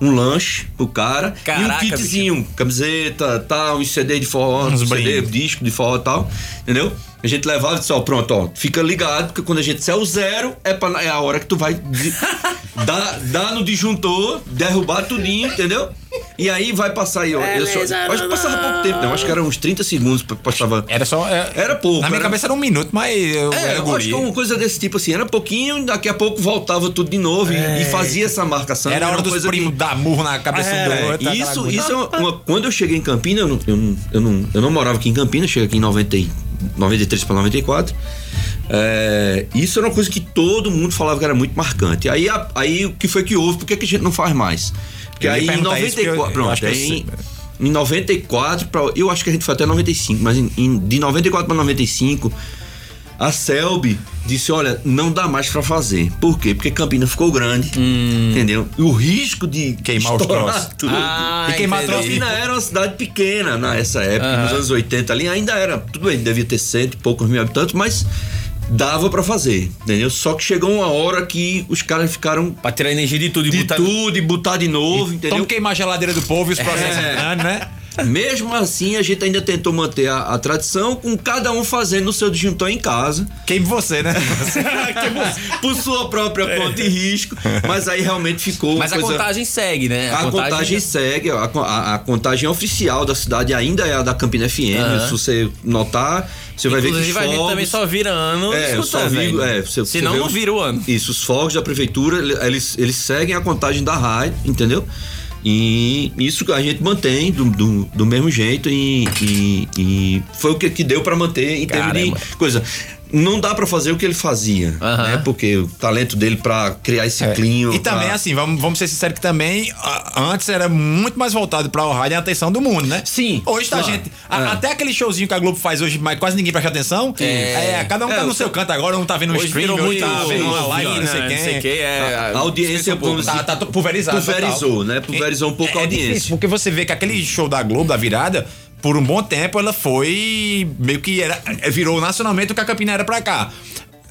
F: um lanche pro cara
B: Caraca,
F: e um kitzinho, camiseta, tal, uns CD de forró,
B: Uns
F: uns CD,
B: brindes.
F: disco de forró e tal, entendeu? A gente levava e disse, ó, pronto, ó, fica ligado, porque quando a gente disser o zero, é, pra, é a hora que tu vai de- dar, dar no disjuntor, derrubar tudinho, entendeu? E aí vai passar aí, ó. eu só, acho que passava pouco tempo, não. Acho que era uns 30 segundos, pra- passava.
C: Era só. é-
F: Era pouco.
C: Na minha
F: era-
C: cabeça era um minuto, mas eu
F: é,
C: era
F: eu acho
C: guri.
F: que uma coisa desse tipo assim, era pouquinho, daqui a pouco voltava tudo de novo e- e fazia essa marcação.
C: É. Era a hora
F: uma
C: dos
F: coisa que-
C: primos dar murro na cabeça um do outro.
F: é,
C: aquela
F: isso,
C: coisa.
F: isso é uma, uma- Quando eu cheguei em Campina, eu não, eu não, eu não, eu não morava aqui em Campina, cheguei aqui em 90, e- 93 para 94. É, isso era uma coisa que todo mundo falava que era muito marcante. Aí, a- aí o que foi que houve? Por que, que a gente não faz mais? Porque
C: Eu ia
F: aí em
C: perguntar isso, porque eu-
F: 94.
C: eu
F: Pronto,
C: acho que eu
F: aí
C: sei.
F: em, em 94, pra, eu acho que a gente foi até 95, mas em- em- de 94 para 95. A Selby disse: olha, não dá mais pra fazer. Por quê? Porque Campina ficou grande, entendeu? E o risco de
C: Queimar os
F: estourar
C: troços.
F: tudo.
B: Ah,
C: E queimar
B: entendi.
C: troço.
F: Campina era uma cidade pequena nessa época, nos anos 80 ali, ainda era, tudo bem, devia ter cento e poucos mil habitantes, mas dava pra fazer, entendeu? Só que chegou uma hora que os caras ficaram
B: Pra tirar a energia de tudo e
F: de
B: botar.
F: tudo e botar de novo, entendeu?
C: Vamos queimar a geladeira do povo e os processos
F: É.
C: andando, né?
F: Mesmo assim, a gente ainda tentou manter a, a tradição, com cada um fazendo o seu disjuntor em casa.
C: Queime você, né?
F: por, por sua própria conta e risco, mas aí realmente ficou. uma
B: Mas a
F: coisa-
B: contagem segue, né?
F: A contagem, é segue, a, co- a- a contagem oficial da cidade ainda é a da Campina FM.
B: Aham.
F: Se você notar, você vai ver que
B: Inclusive,
F: os
B: vai ver
F: fogos-
B: também só vira ano.
F: É, eu
B: escuta,
F: só vi,
B: velho.
F: é, você- você
B: Senão
F: vê
B: não
F: os-
B: vira o ano.
F: Isso, os fogos da prefeitura, ele- eles, eles seguem a contagem da rádio, entendeu? E isso que a gente mantém do, do, do mesmo jeito e, e- e foi o que, que deu pra manter em termos
B: Caramba.
F: de coisa. Não dá pra fazer o que ele fazia,
B: Aham. É.
F: né? Porque o talento dele pra criar esse clinho.
C: E também,
F: pra-
C: assim, vamos, vamos ser sinceros que também a- antes era muito mais voltado pra o rádio e a atenção do mundo, né?
F: Sim,
C: Hoje tá
F: claro.
C: gente. a-
F: É.
C: Até aquele showzinho que a Globo faz hoje, mas quase ninguém presta atenção. É, cada um
F: É,
C: tá no
F: o-
C: seu canto agora, um tá vendo um
B: Hoje
C: stream,
B: virou
C: outro tá
B: muito-
C: vendo uma
B: Sim,
C: live, não sei
B: né, não sei
C: quem.
B: quem, é,
F: A audiência, vamos
C: tá,
F: dizer,
C: tá pulverizado. É,
F: pulverizou, né? Pulverizou um pouco a
C: difícil,
F: audiência.
C: porque você vê que aquele show da Globo, da virada. por um bom tempo, ela foi. meio que era, é, virou nacionalmente o que a Campina era pra cá.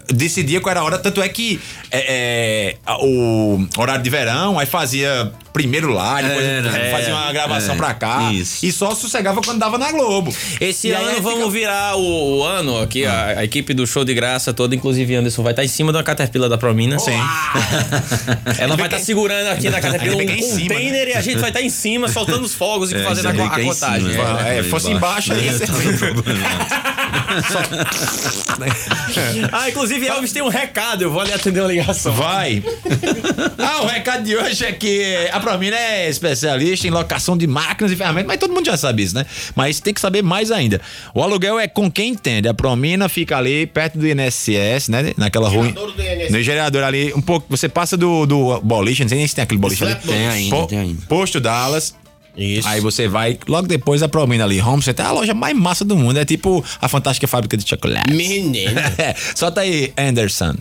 C: Decidia qual era a hora, tanto é que é, é, a- o horário de verão, aí fazia primeiro lá, depois
F: Era,
C: fazia
F: é,
C: uma gravação
F: é,
C: pra cá.
F: isso.
C: E só sossegava quando dava na Globo.
B: Esse
C: E aí
B: ano
C: aí
B: vamos
C: fica-
B: virar o, o ano aqui, a, a equipe do show de graça toda, inclusive Anderson vai estar em cima da Caterpillar da Promina. Sim. Ela vai estar segurando aqui na Caterpillar um
C: Ele fica em cima,
B: container e a gente vai estar em cima soltando os fogos e fazendo a,
F: ele
B: co-
F: fica
B: a
F: em
B: contagem.
F: cima,
B: É.
C: É,
F: É,
C: fosse embaixo, aí ia ser. né?
B: Ah, inclusive Elvis tem um recado, eu vou ali atender uma ligação.
C: Vai! ah, o recado de hoje é que a Promina é especialista em locação de máquinas e ferramentas, mas todo mundo já sabe isso, né? Mas tem que saber mais ainda. O aluguel é com quem entende. A Promina fica ali perto do INSS, né? Naquela rua.
H: Gerador do INSS.
C: No gerador ali, um pouco. Você passa do, do boliche, não sei nem se tem aquele boliche ali.
H: Slap box.
F: Tem ainda, tem ainda.
C: Posto Dallas.
B: Isso.
C: Aí você vai, logo depois a Promina ali, Home Center, é a loja mais massa do mundo. É tipo a fantástica fábrica de chocolate. É,
H: Menino.
C: Solta aí, Anderson.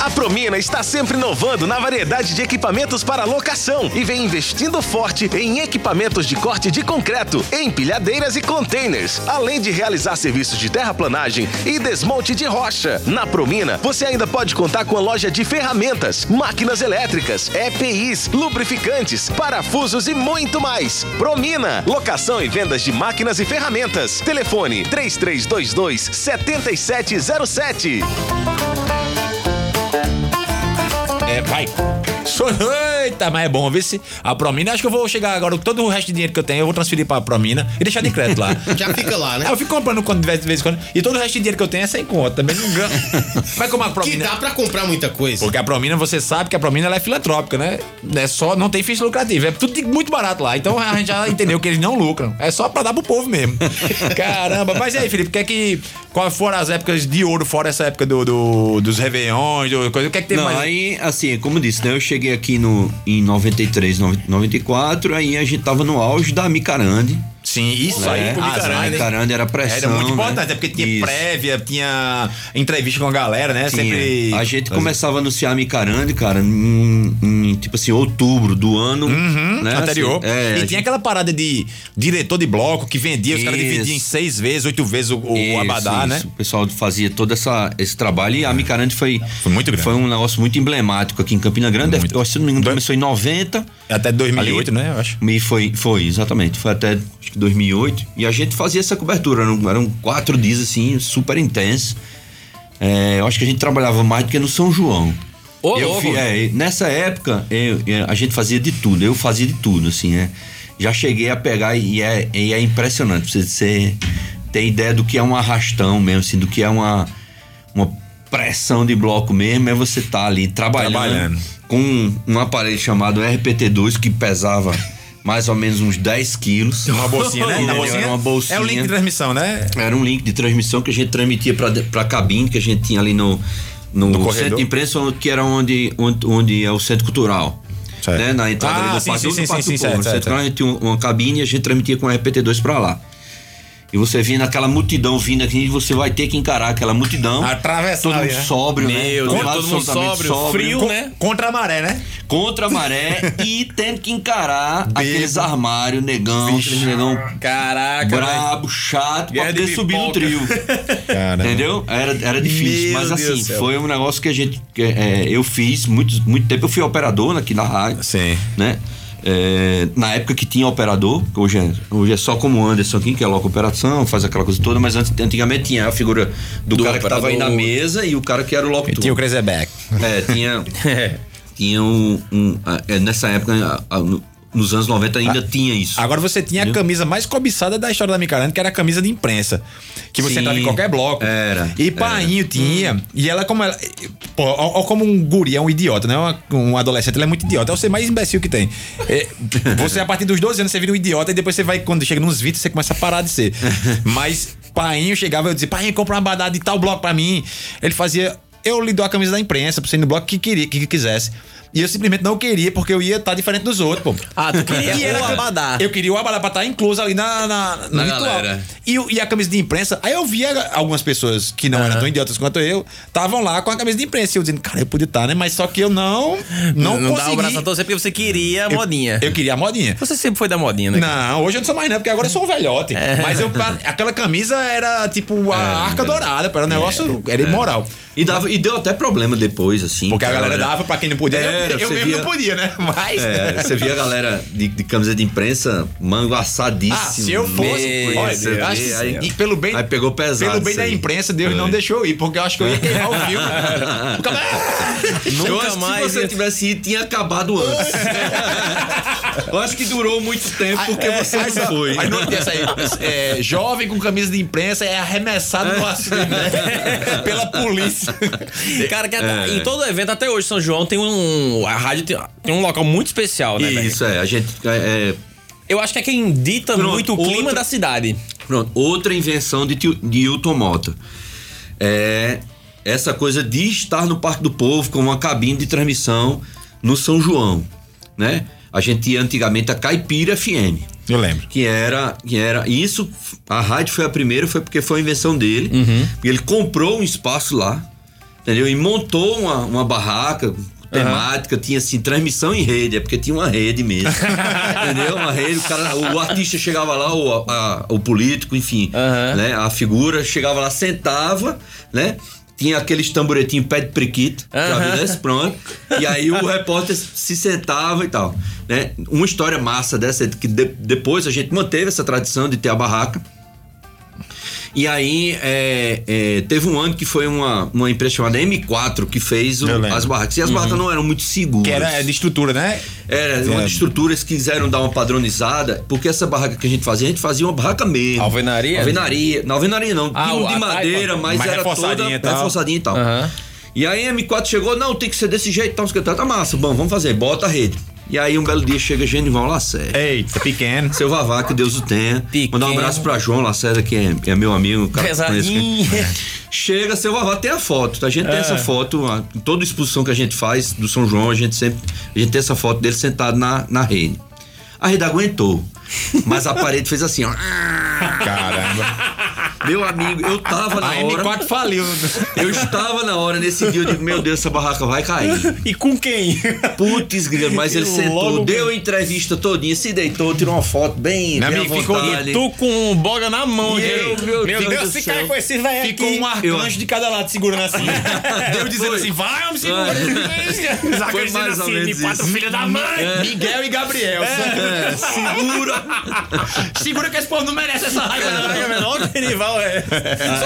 D: A Promina está sempre inovando na variedade de equipamentos para locação e vem investindo forte em equipamentos de corte de concreto, empilhadeiras e containers, além de realizar serviços de terraplanagem e desmonte de rocha. Na Promina, você ainda pode contar com a loja de ferramentas, máquinas elétricas, EPIs, lubrificantes, parafusos e muito mais. Promina, locação e vendas de máquinas e ferramentas. Telefone 3322 7707.
C: É, vai. So- Eita, mas é bom, vê se a Promina. Acho que eu vou chegar agora, todo o resto de dinheiro que eu tenho, eu vou transferir pra Promina e deixar de crédito lá.
H: Já fica lá, né?
C: Aí eu fico comprando quando, de vez em quando. E todo o resto de dinheiro que eu tenho é sem conta, também não ganho. Mas como a
H: Que
C: Promina.
H: dá pra comprar muita coisa.
C: Porque a Promina, você sabe que a Promina ela é filantrópica, né? É só, não tem fins lucrativos. É tudo de- muito barato lá. Então a gente já entendeu que eles não lucram. É só pra dar pro povo mesmo. Caramba. Mas e aí, Felipe, o que é que. Quais foram as épocas de ouro, fora essa época do, do- dos Réveillões, do, coisa, o que é que teve
F: Não,
C: mais?
F: aí, assim, como eu disse, né? Eu cheguei aqui no, em 93, 94, aí a gente tava no auge da Micarande.
C: Sim, isso
F: né?
C: aí, pro
F: Ah,
C: Micaranda, hein?
F: Micarande era pressão.
C: Era muito
F: né?
C: importante, é porque tinha
F: Isso.
C: prévia, tinha entrevista com a galera, né?
F: Tinha.
C: Sempre.
F: A gente começava a anunciar Micarande, cara, em, em, tipo assim, outubro do ano né?
C: Uhum, um Anterior.
F: Assim, é,
C: e
F: a
C: tinha
F: gente-
C: aquela parada de diretor de bloco que vendia, os caras
F: Isso.
C: dividiam em seis vezes, oito vezes o, o
F: Isso,
C: Abadá, né?
F: isso. O pessoal fazia todo essa, esse trabalho e a Micarande foi,
C: Foi muito grande.
F: foi um negócio muito emblemático aqui em Campina Grande.
C: Muito.
F: Eu acho que se não me engano,
C: Dois-
F: começou em 90.
C: Até 2008, né? Eu acho.
F: E foi, foi, exatamente. Foi até acho que 2008. E a gente fazia essa cobertura. Eram, eram quatro dias, assim, super intensos. É, eu acho que a gente trabalhava mais do que no São João.
B: Ô,
F: eu
B: louco.
F: fi- é, e nessa época, eu- eu- a gente fazia de tudo. Eu fazia de tudo, assim, né? Já cheguei a pegar e é, e é impressionante. Você, você tem ideia do que é um arrastão mesmo, assim, do que é uma, uma pressão de bloco mesmo. É você tá ali trabalhando,
C: Trabalhando.
F: com um, um aparelho chamado RPT2 que pesava mais ou menos uns 10 quilos.
C: Uma bolsinha, né?
F: Entendeu?
C: Na bolsinha?
F: Era uma bolsinha.
C: É o link de transmissão, né?
F: Era um link de transmissão que a gente transmitia pra, de- pra cabine que a gente tinha ali no, no,
C: corredor.
F: centro de imprensa, onde- que era onde, onde, onde é o centro cultural.
C: Certo.
F: Né? Na entrada
C: Ah,
F: ali do
C: sim,
F: Parque
C: sim,
F: do
C: sim,
F: Parque
C: sim,
F: do
C: sim,
F: Povo. No
C: certo,
F: centro cultural a gente tinha uma cabine e a gente transmitia com o RPT2 pra lá. E você vinha naquela multidão vindo aqui, e você vai ter que encarar aquela multidão.
C: Atravessar
F: Todo mundo
C: ali, né?
F: sóbrio, né?
B: Meu Deus,
F: lado
B: todo mundo
F: absolutamente
B: sóbrio, frio,
C: Co-
B: né?
C: Contra a maré, né?
F: contra a maré e tendo que encarar aqueles armários, negão, aqueles negão
B: Caraca, velho.
F: brabo, chato, pra
C: é
B: Guerra de
F: poder subir no
B: pipoca.
F: trio. Entendeu? Era, era difícil.
B: Meu
F: mas
B: Deus do
F: assim,
B: céu.
F: foi um negócio que a gente. que, é, eu fiz muito, muito tempo. Eu fui operador aqui na rádio.
C: Sim.
F: Né? É, na época que tinha operador, que hoje é, hoje é só como o Anderson aqui, que é logo operação, faz aquela coisa toda, mas antes, antigamente tinha a figura do, cara que tava aí na
B: operador.
F: mesa e o cara que era o locutor.
C: Tinha o Crazy Back.
F: É, tinha. tinha um. um- a- é, nessa época, a- a- no- nos anos 90 ainda tinha isso.
C: Agora você tinha Ah, a camisa mais cobiçada da história da Micaranda, que era a camisa de imprensa. Que você
F: Sim.
C: entrava em qualquer bloco.
F: Era, Hum.
C: E Painho tinha. E ela, como ela. Pô, ó, ó como um guri, é um idiota, né? Uma- um adolescente, ela é muito idiota. É o ser mais imbecil que tem. É, você, a partir dos 12 anos, você vira um idiota e depois você vai, quando chega nos 20, você começa a parar de ser. Mas Painho chegava e eu dizia: Painho, compra uma badada de tal bloco pra mim. Ele fazia. Eu lhe dou a camisa da imprensa pra você ir no bloco que, queria, que quisesse. E eu simplesmente não queria, porque eu ia estar diferente dos outros, pô.
B: Ah, tu queria
C: E era-
B: o Abadá.
C: Eu queria o Abadá pra estar incluso ali na, na, no
G: Na
C: ritual.
G: galera.
C: E, o- e a camisa de imprensa. Aí eu via algumas pessoas que não eram tão idiotas quanto eu, estavam lá com a camisa de imprensa. E eu dizendo, cara, eu podia estar, né? Mas só que eu não. Não,
B: não dá o
C: consegui.
B: braço a torcer porque você queria a
C: Eu-
B: modinha.
C: Eu queria a modinha.
B: Você sempre foi da modinha, né?
C: Não, hoje eu não sou mais, não, porque agora eu sou um velhote. Mas eu, aquela camisa era tipo a arca dourada, era um negócio. Era imoral.
F: E, dava, e deu até problema depois, assim.
C: Porque a
F: pra
C: galera dava pra quem não podia.
F: Era,
C: eu eu
F: você
C: mesmo
F: via-
C: não podia, né? Mas.
F: É, você via a galera de, de camisa de imprensa, mango assadíssimo.
C: Ah, se eu fosse,
F: Meu,
C: olha,
F: você
C: eu acho
F: vê,
C: que
F: aí-
C: e pelo bem,
F: aí pegou pesado
C: pelo bem
F: isso
C: da
F: aí. É.
C: imprensa, Deus não
F: Foi.
C: deixou eu ir, porque eu acho que eu ia queimar o filme. O cara,
F: eu
B: Nunca
F: acho que
B: mais.
F: se você tivesse ido, tinha acabado antes. eu acho que durou muito tempo porque você não foi.
C: Ah, é, Aí no outro dia saiu, é, jovem com camisa de imprensa é arremessado no acidente né? pela polícia.
B: Cara, que é
C: É.
B: em todo evento, até hoje, São João tem um. A rádio tem, tem um local muito especial, né, velho?
F: Isso é, a gente. é, é,
B: Eu acho que é quem dita
F: Pronto,
B: muito o clima
F: outra-
B: da cidade.
F: Pronto, outra invenção de, Tio- de Hilton Mota. É essa coisa de estar no Parque do Povo com uma cabine de transmissão no São João, né? A gente ia antigamente a Caipira FM,
C: Eu lembro.
F: que era, que era isso, a rádio foi a primeira, foi porque foi a invenção dele.
B: Uhum.
F: Ele comprou um espaço lá, entendeu? E montou uma, uma barraca temática, tinha assim, transmissão em rede, é porque tinha uma rede mesmo. entendeu? Uma rede, o, cara, o artista chegava lá, o, a- o político, enfim,
B: Aham.
F: né? A figura chegava lá, sentava, né? Tinha aqueles tamboretinhos pé de priquito, já
B: Aham.
F: viu desse? pronto. é E aí o repórter se sentava e tal. Né? Uma história massa dessa é que de- depois a gente manteve essa tradição de ter a barraca. E aí é, é, teve um ano que foi uma, uma empresa chamada M4 que fez o-
C: Eu lembro. Uhum.
F: as barracas. E as barracas não eram muito seguras.
C: Que era de estrutura, né?
F: Era uma
C: É.
F: de estruturas que quiseram dar uma padronizada, porque essa barraca que a gente fazia, a gente fazia uma barraca mesmo.
B: Alvenaria?
F: é Alvenaria. Não, alvenaria não.
B: Ah,
F: Tinha um
B: o-
F: de
B: a é
F: madeira,
B: taipa.
F: mas,
C: Mas
F: era
C: reforçadinha
F: toda
C: e tal.
F: reforçadinha e tal.
B: Aham.
F: E aí a M4 chegou, não, tem que ser desse jeito, tal, não sei o que, tá, tá massa, bom, vamos fazer, bota a rede. E aí um belo dia chega Genival Lacerda.
C: Eita, pequeno.
F: Seu Vavá, que Deus o tenha.
B: Pequeno.
F: Mandar um abraço pra João Lacerda, que é, é meu amigo. Cara, que conheço, que-
C: é
B: Pesadinho.
F: Chega, seu Vavá, tem a foto. tá? A gente tem
B: É.
F: essa foto, a- em toda expulsão que a gente faz do São João, a gente sempre a gente tem essa foto dele sentado na, na rede. A rede aguentou, mas a parede fez assim, ó.
C: Caramba.
F: Meu amigo, eu tava na
C: A
F: hora.
C: M4 faliu. né?
F: Eu estava na hora nesse dia, eu digo, meu Deus, essa barraca vai cair.
B: E com quem?
F: Putz, grilo, mas ele
B: E
F: sentou,
B: logo-
F: deu a entrevista todinha, se deitou, tirou uma foto bem,
C: Meu
F: bem
C: amigo,
F: à
C: ficou
F: vontade.
B: E tu com o boga na
C: um
B: mão,
F: E eu, meu Deus do
C: se
F: céu.
C: cai com esse velho
F: Ficou
C: aqui,
F: um arcanjo
C: de cada lado segurando assim. Deus dizendo
F: Foi.
C: assim, vai, homem, segura. Isaac
F: Foi
C: dizendo
F: mais ou
C: assim,
F: menos
C: me pata o
F: isso.
C: filho da mãe.
B: É.
C: Miguel e Gabriel.
F: É, segura.
C: Segura que esse povo não merece essa raiva.
B: Menor que Nival é.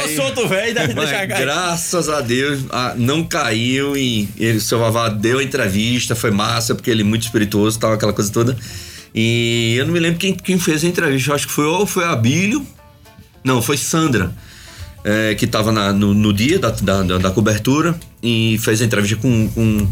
B: Só solto, velho, deixa
F: Mas,
B: cair.
F: graças a Deus, ah, não caiu e ele, o seu Vavá deu a entrevista, foi massa, porque ele é muito espirituoso, tal, aquela coisa toda. E eu não me lembro quem, quem fez a entrevista, eu acho que foi ou foi Abílio, não, foi Sandra, é, que tava na- no, no dia da, da, da- da cobertura e fez a entrevista com, com,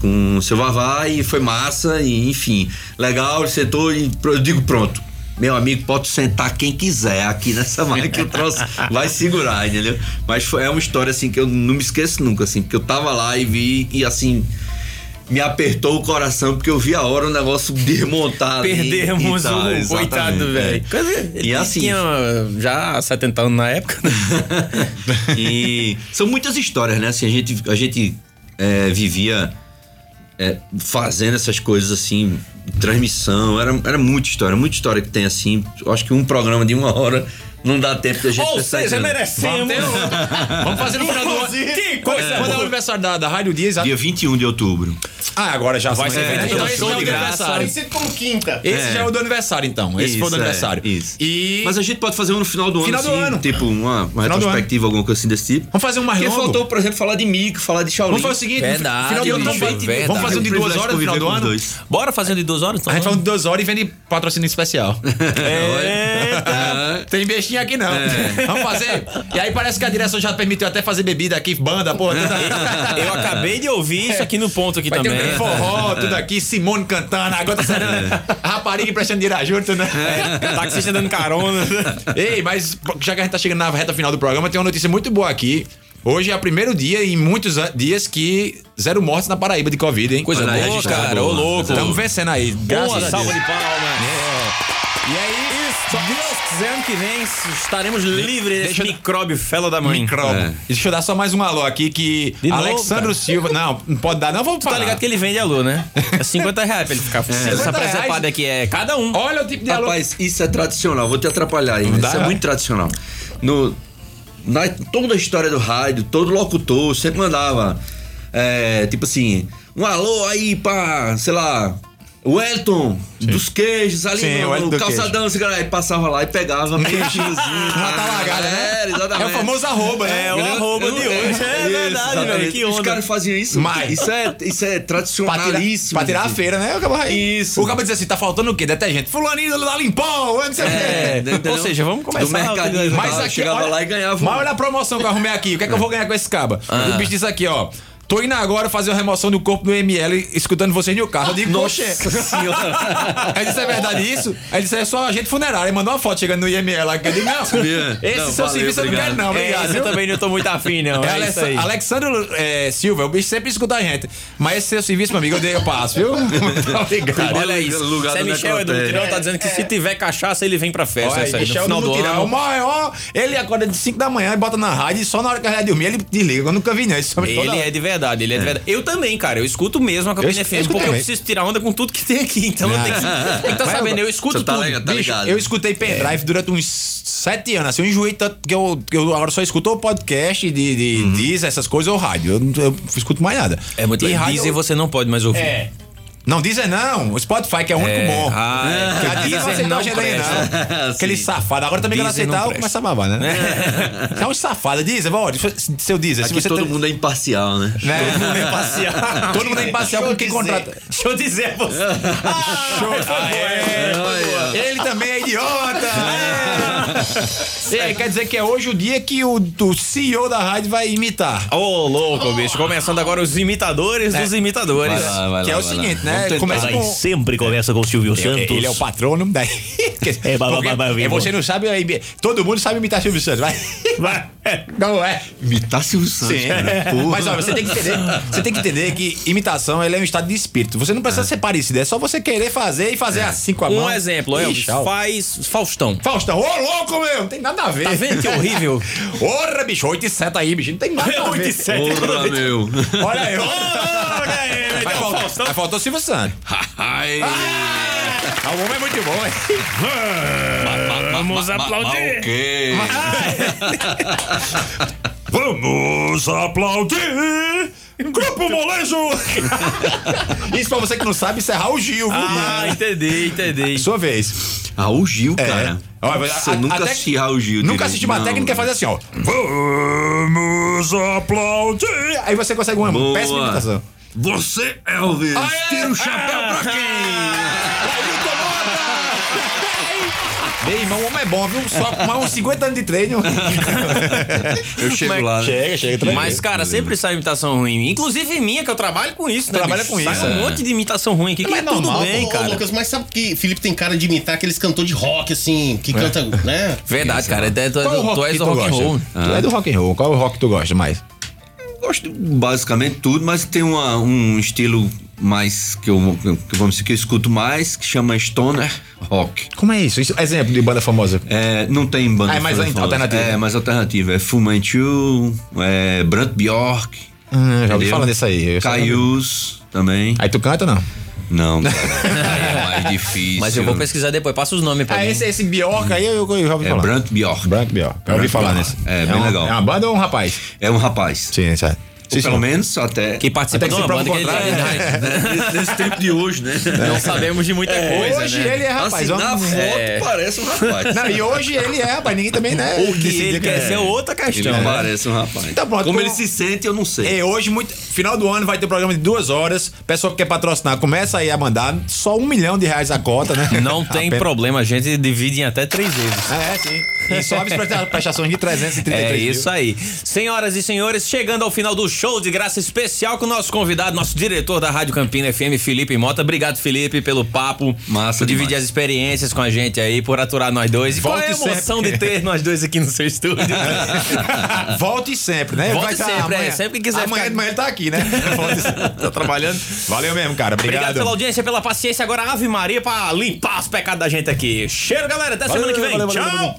F: com o seu Vavá e foi massa, e enfim, legal, ele sentou e pro- eu digo pronto. Meu amigo, pode sentar quem quiser aqui nessa máquina que o troço vai segurar, entendeu? Mas foi, é uma história assim que eu não me esqueço nunca, assim, porque eu tava lá e vi e assim me apertou o coração porque eu vi a hora o negócio desmontar ali e
B: Perdemos
F: tal,
B: o
F: exatamente,
B: coitado, velho.
F: é.
B: Ele
F: E assim,
B: Tinha já 70 anos na época. né?
F: e são muitas histórias, né? Assim, a gente, a gente é, vivia é, fazendo essas coisas assim, transmissão, era, era muita história, muita história que tem assim. Eu acho que um programa de uma hora não dá tempo da gente né?
B: Ou
F: pensar
B: seja,
F: em nada.
B: merecemos.
C: Vamos fazer no final do ano.
B: Que coisa
C: Quando é o
B: boa.
C: aniversário da, da Rádio Dias?
F: Dia 21 de outubro.
C: Ah, agora já vai ser
F: ser feito.
C: feito.
F: Então
C: Esse
F: esse
C: já é
F: já é
C: o
F: de
C: do
F: graça.
C: aniversário.
H: Conhecido como quinta.
C: Esse
F: É.
C: já é o do aniversário, então. Esse foi o do
F: Isso, é,
C: aniversário.
F: isso.
C: E.
F: Mas a gente pode fazer um no final do ano.
C: Final do
F: assim,
C: ano.
F: Tipo, uma, uma
C: Final do
F: retrospectiva, alguma coisa assim desse tipo.
C: Vamos fazer um mais
F: Porque
C: longo?
F: faltou, por exemplo, falar de Mico, falar de Shaolin.
C: Vamos fazer o seguinte:
B: Verdade,
C: final do ano,
B: bicho,
C: vamos,
B: verdade.
C: vamos fazer um de
F: Tenho
C: duas horas
F: privilégio
C: no
F: de
C: final
F: conviver
C: do
F: com os
C: ano?
F: dois.
B: Bora fazer de duas horas? então?
C: A gente fala de duas horas e vende patrocínio especial.
B: É.
F: Ah,
C: Tem bestinha aqui não. Vamos fazer? E aí parece que a direção já permitiu até fazer bebida aqui, banda, porra. Tudo aí.
B: Eu acabei de ouvir isso aqui no ponto aqui
C: Vai ter
B: também. é. Tá
C: um forró, tudo aqui, Simone cantando, agora tá saindo rapariga emprestando dinheiro a junto, né?
B: É. Taxista dando carona.
C: Ei, mas já que a gente tá chegando na reta final do programa, tem uma notícia muito boa aqui. Hoje é o primeiro dia em muitos an- dias que Zero mortes na Paraíba de Covid, hein?
B: Coisa
C: Olha aí,
B: boa,
C: gente, tá
B: cara. Ô,
C: boa.
B: louco.
C: Estamos vencendo aí. Graças
B: Boa
C: a
B: salva
C: Deus.
B: de palmas.
C: E aí,
B: Se É. Deus quiser, ano que vem estaremos livres desse micróbio fela da mãe.
C: micróbio.
B: É.
C: E Deixa eu dar só mais um alô aqui que.
B: De novo,
C: Alexandro
B: cara?
C: Silva. Não, não pode dar, não. Vamos
B: Tá
C: parar.
B: ligado que ele vende alô, né? É 50 reais pra ele ficar. Essa
C: 50
B: presepada
C: reais?
B: aqui é cada um.
C: Olha o tipo de alô.
F: Rapaz, isso é tradicional. Vou te atrapalhar aí. Isso é
C: vai.
F: muito tradicional. No, na toda a história do rádio, todo locutor sempre mandava, é, tipo assim, um alô aí pra, sei lá, Wellington dos queijos ali
C: Sim,
F: no,
C: Wellington
F: no
C: do tá
F: calçadão, esse cara aí passava lá e pegava um queijinhozinho.
C: Já tá largado, né?
F: É, exatamente.
C: É o famoso arroba, né?
B: É o arroba de hoje. É
F: Isso,
B: verdade, velho.
F: exatamente.
B: Que
F: Os
B: onda.
F: caras faziam isso.
C: Mas-
F: Isso é, isso é
C: Pra tirar,
F: tradicionalíssimo.
C: pra tirar a
F: gente.
C: feira, né? O cabo aí.
F: Isso.
C: O cabo diz assim: tá faltando o quê? Detergente. Fulaninho lá limpou, não sei o
F: É,
C: quê.
F: entendeu?
B: Ou seja, vamos começar
F: Do mercadinho,
B: rápido.
F: e
C: Mas
F: tal,
C: aqui,
F: chegava
C: olha-
F: lá e ganhava.
C: Mas olha a promoção que eu arrumei aqui. O que é que eu vou ganhar com esse caba? O bicho disse aqui, ó. Tô indo agora fazer uma remoção do corpo do ML escutando vocês no carro. Eu digo,
F: Nossa
C: poxa.
F: senhora.
C: Aí disse, é verdade isso? Aí disse, é só agente funerário. Aí mandou uma foto chegando no IML aqui. Eu digo, não,
F: Sabia?
C: esse
F: Não,
C: seu
F: valeu,
C: serviço eu não quero
F: obrigado.
C: não,
B: É,
C: obrigado.
B: esse eu
C: viu?
B: também não tô muito afim, não.
C: É,
B: É, isso aí.
C: Alessa- Alexandro é, Silva, o bicho sempre escuta a gente. Mas esse seu serviço, meu amigo, eu dei o passo, viu? Muito obrigado.
B: Olha
F: Lugar
B: isso.
F: do
B: Lugar Zé Michel é do
F: Necrotério.
B: Mutirão, tá dizendo que se tiver cachaça, ele vem pra festa.
C: Olha,
B: essa aí, no
C: Michel
B: final
C: do
B: do
C: Mutirão, o
B: ano.
C: maior. Ele acorda de 5 da manhã e bota na rádio e só na hora que a gente dormir ele desliga. Eu nunca vi, não. Isso sobre toda
B: Ele é de verdade, ele é de verdade. Eu também, cara, eu escuto mesmo a Campina
C: Eu
B: FM,
C: escuto
B: porque eu
C: também.
B: preciso tirar onda com tudo que tem aqui. Então eu tenho que estar tá
C: Mas
B: sabendo, eu escuto
F: Você tá
B: tudo.
F: legal, tá
C: Bicho,
F: ligado?
C: eu escutei
B: É.
C: pendrive durante uns sete anos. Assim, eu enjoei tanto que eu, que eu agora só escuto o podcast de, de Deezer, essas coisas, ou rádio. Eu não eu não escuto mais nada.
B: Uhum. É muito
C: e
B: legal.
C: rádio,
B: Dizem você não pode mais ouvir.
C: É. Não, Deezer não. O Spotify, que é o único
B: É.
C: bom.
B: Ah, é.
C: Porque a Deezer não
B: Deezer
C: aceitou
B: não
C: a gente aí,
B: presta.
C: não. Aquele
F: Sim.
C: safado. Agora também que ela
B: Deezer não
C: aceitar, eu começo
B: presta.
C: a babar, né? É uns safados. Deezer, ó, seu Deezer,
F: Aqui
C: se você
F: todo
C: tem-
F: mundo é imparcial, né?
C: né?
B: Imparcial.
C: Todo mundo é imparcial com quem contrata.
B: Deixa eu dizer a você.
C: Show. Ah, é. Ele também é idiota! É. É, quer dizer que é hoje o dia que o, o CEO da rádio vai imitar.
B: Ô, louco, bicho. Começando agora os imitadores
C: Né?
B: dos imitadores.
C: que é o seguinte, né? Começa com.
B: sempre começa com o Silvio
C: Ele é o patrono daí.
B: É, vai, vai,
C: Porque-
B: vai, vai,
C: é, você não sabe, aí, todo mundo sabe imitar Silvio Santos, vai. Não é.
F: Imitar Silvio Santos.
B: É.
F: cara. Porra.
C: Mas olha, você tem que entender, você tem que entender que imitação ele é um estado de espírito. Você não
B: Ah.
C: precisa ser parecido, é só você querer fazer e fazer assim com a mão.
B: Um exemplo, Elvis.
C: Ixi, ó.
B: Faz Faustão.
C: Faustão, ô louco, meu! Não tem nada a ver.
B: Tá vendo que horrível?
C: Ora, bicho, 8 e 7 aí, bicho. Não tem nada a ver.
F: Porra, meu.
C: Olha aí,
B: Olha aí,
C: Aí
B: então,
C: faltou-
B: Faustão.
C: Aí faltou o Silvio Santos.
F: Ai.
C: Ah, o homem é muito bom, hein?
B: Vamos
F: Ah, ok.
C: Vamos aplaudir! Grupo Molejo! Isso pra você que não sabe, isso é Raul Gil. viu? É
B: Ah, entendi, entendi.
C: Sua vez.
F: Raul Gil,
C: É.
F: cara.
C: Olha,
F: Você
C: a-
F: nunca
C: até-
F: assisti Raul Gil.
C: Nunca
F: direito.
C: assisti uma
F: Não,
C: técnica e fazer assim, ó. Vamos aplaudir! Aí você consegue uma
F: Boa.
C: péssima imitação.
F: Você, Elvis,
C: Aê!
F: tira o chapéu pra quem?
C: Meu irmão, o homem é bom, viu? Só com uns 50 anos de treino.
F: Eu chego lá, né?
C: é chega, chega, tranquilo.
B: Mas, cara, sempre sai imitação ruim. Inclusive minha, que eu trabalho com isso, né?
C: Trabalha
B: bicho?
C: com
B: sai
C: isso,
B: um
C: é.
B: monte de imitação ruim aqui, que
C: Mas
B: é tudo
C: normal,
B: bem,
H: Ô,
B: cara.
H: Lucas, mas sabe que Felipe tem cara de imitar aqueles cantores de rock, assim,
B: É.
H: que canta, né?
B: Verdade, cara. Tu, tu,
C: Qual é o
B: tu,
C: rock
B: és
C: que
B: do
C: tu
B: rock and
C: gosta?
B: roll.
C: Tu é do rock and roll. Qual é o rock que tu gosta mais?
F: Gosto basicamente tudo, mas tem uma- um estilo mais que eu, que, vamos dizer, que eu escuto mais, que chama stoner rock.
C: Como é isso? Isso- exemplo de banda famosa.
F: É, não tem banda.
C: Ah, é mais
F: fora-
C: al-
F: fora-
C: alternativa.
F: É, mais alternativa. É Fu Manchu, é Brant Bjork.
C: Ah, já ouvi
F: entendeu?
C: falando disso aí. eu só-
F: Caius também.
C: Aí tu canta ou não?
F: Não, cara. aí é mais difícil.
B: Mas eu vou pesquisar depois, passa os nomes pra mim.
C: Ah, esse é Bjork aí eu, eu já ouvi
F: É Brant Bjork.
C: Branco Bjork. Eu ouvi
F: Branco
C: falar
F: Bjork.
C: nesse.
F: É, bem
C: uma-
F: legal.
C: É uma banda ou um rapaz?
F: É um rapaz.
C: Sim, sabe.
F: Ou pelo menos até.
B: Que participa
C: Até
B: de
C: que
B: uma
C: se prova
B: banda
C: o
B: que ele é, né?
C: contrário.
F: Nesse- Nesse tempo de hoje, né?
B: Não sabemos de muita coisa,
C: hoje
B: né?
C: ele é rapaz.
F: assim, na
C: vamos-
F: foto
B: É.
F: parece um rapaz.
C: Não, e hoje ele é rapaz. Ninguém também, né?
B: O que
C: decidiu
B: ele quer ser é outra
F: Ele
B: questão. né?
F: parece um rapaz.
C: Tá pronto,
F: Como
C: com-
F: ele se sente, eu não sei.
C: É, hoje, muito, final do ano, vai ter um programa de duas horas. Pessoal que quer patrocinar, começa aí a mandar só um milhão de reais a cota, né?
B: Não tem
C: Apenas-
B: problema, a gente divide em até três vezes.
C: É, sim. E sobe as presta- prestações de 333
B: É
C: mil.
B: isso aí. Senhoras e senhores, chegando ao final do show de graça especial com o nosso convidado, nosso diretor da Rádio Campina FM, Felipe Mota. Obrigado, Felipe, pelo papo.
F: Massa
B: Por dividir
F: demais.
B: as experiências com a gente aí, por aturar nós dois. E qual
C: Volte
B: é a emoção
C: sempre.
B: de ter nós dois aqui no seu estúdio?
C: Volte sempre, né?
B: Volte
C: tá
B: sempre,
C: amanhã.
B: é, sempre que quiser
C: Amanhã
B: ficar-
C: de manhã ele tá aqui, né? Volte sempre. tá trabalhando. Valeu mesmo, cara. Obrigado.
B: Obrigado pela audiência, pela paciência. Agora Ave Maria pra limpar os pecados da gente aqui. Cheiro, galera. Até semana que vem.
C: valeu, valeu,
B: Tchau.
C: valeu.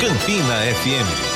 D: Campina FM.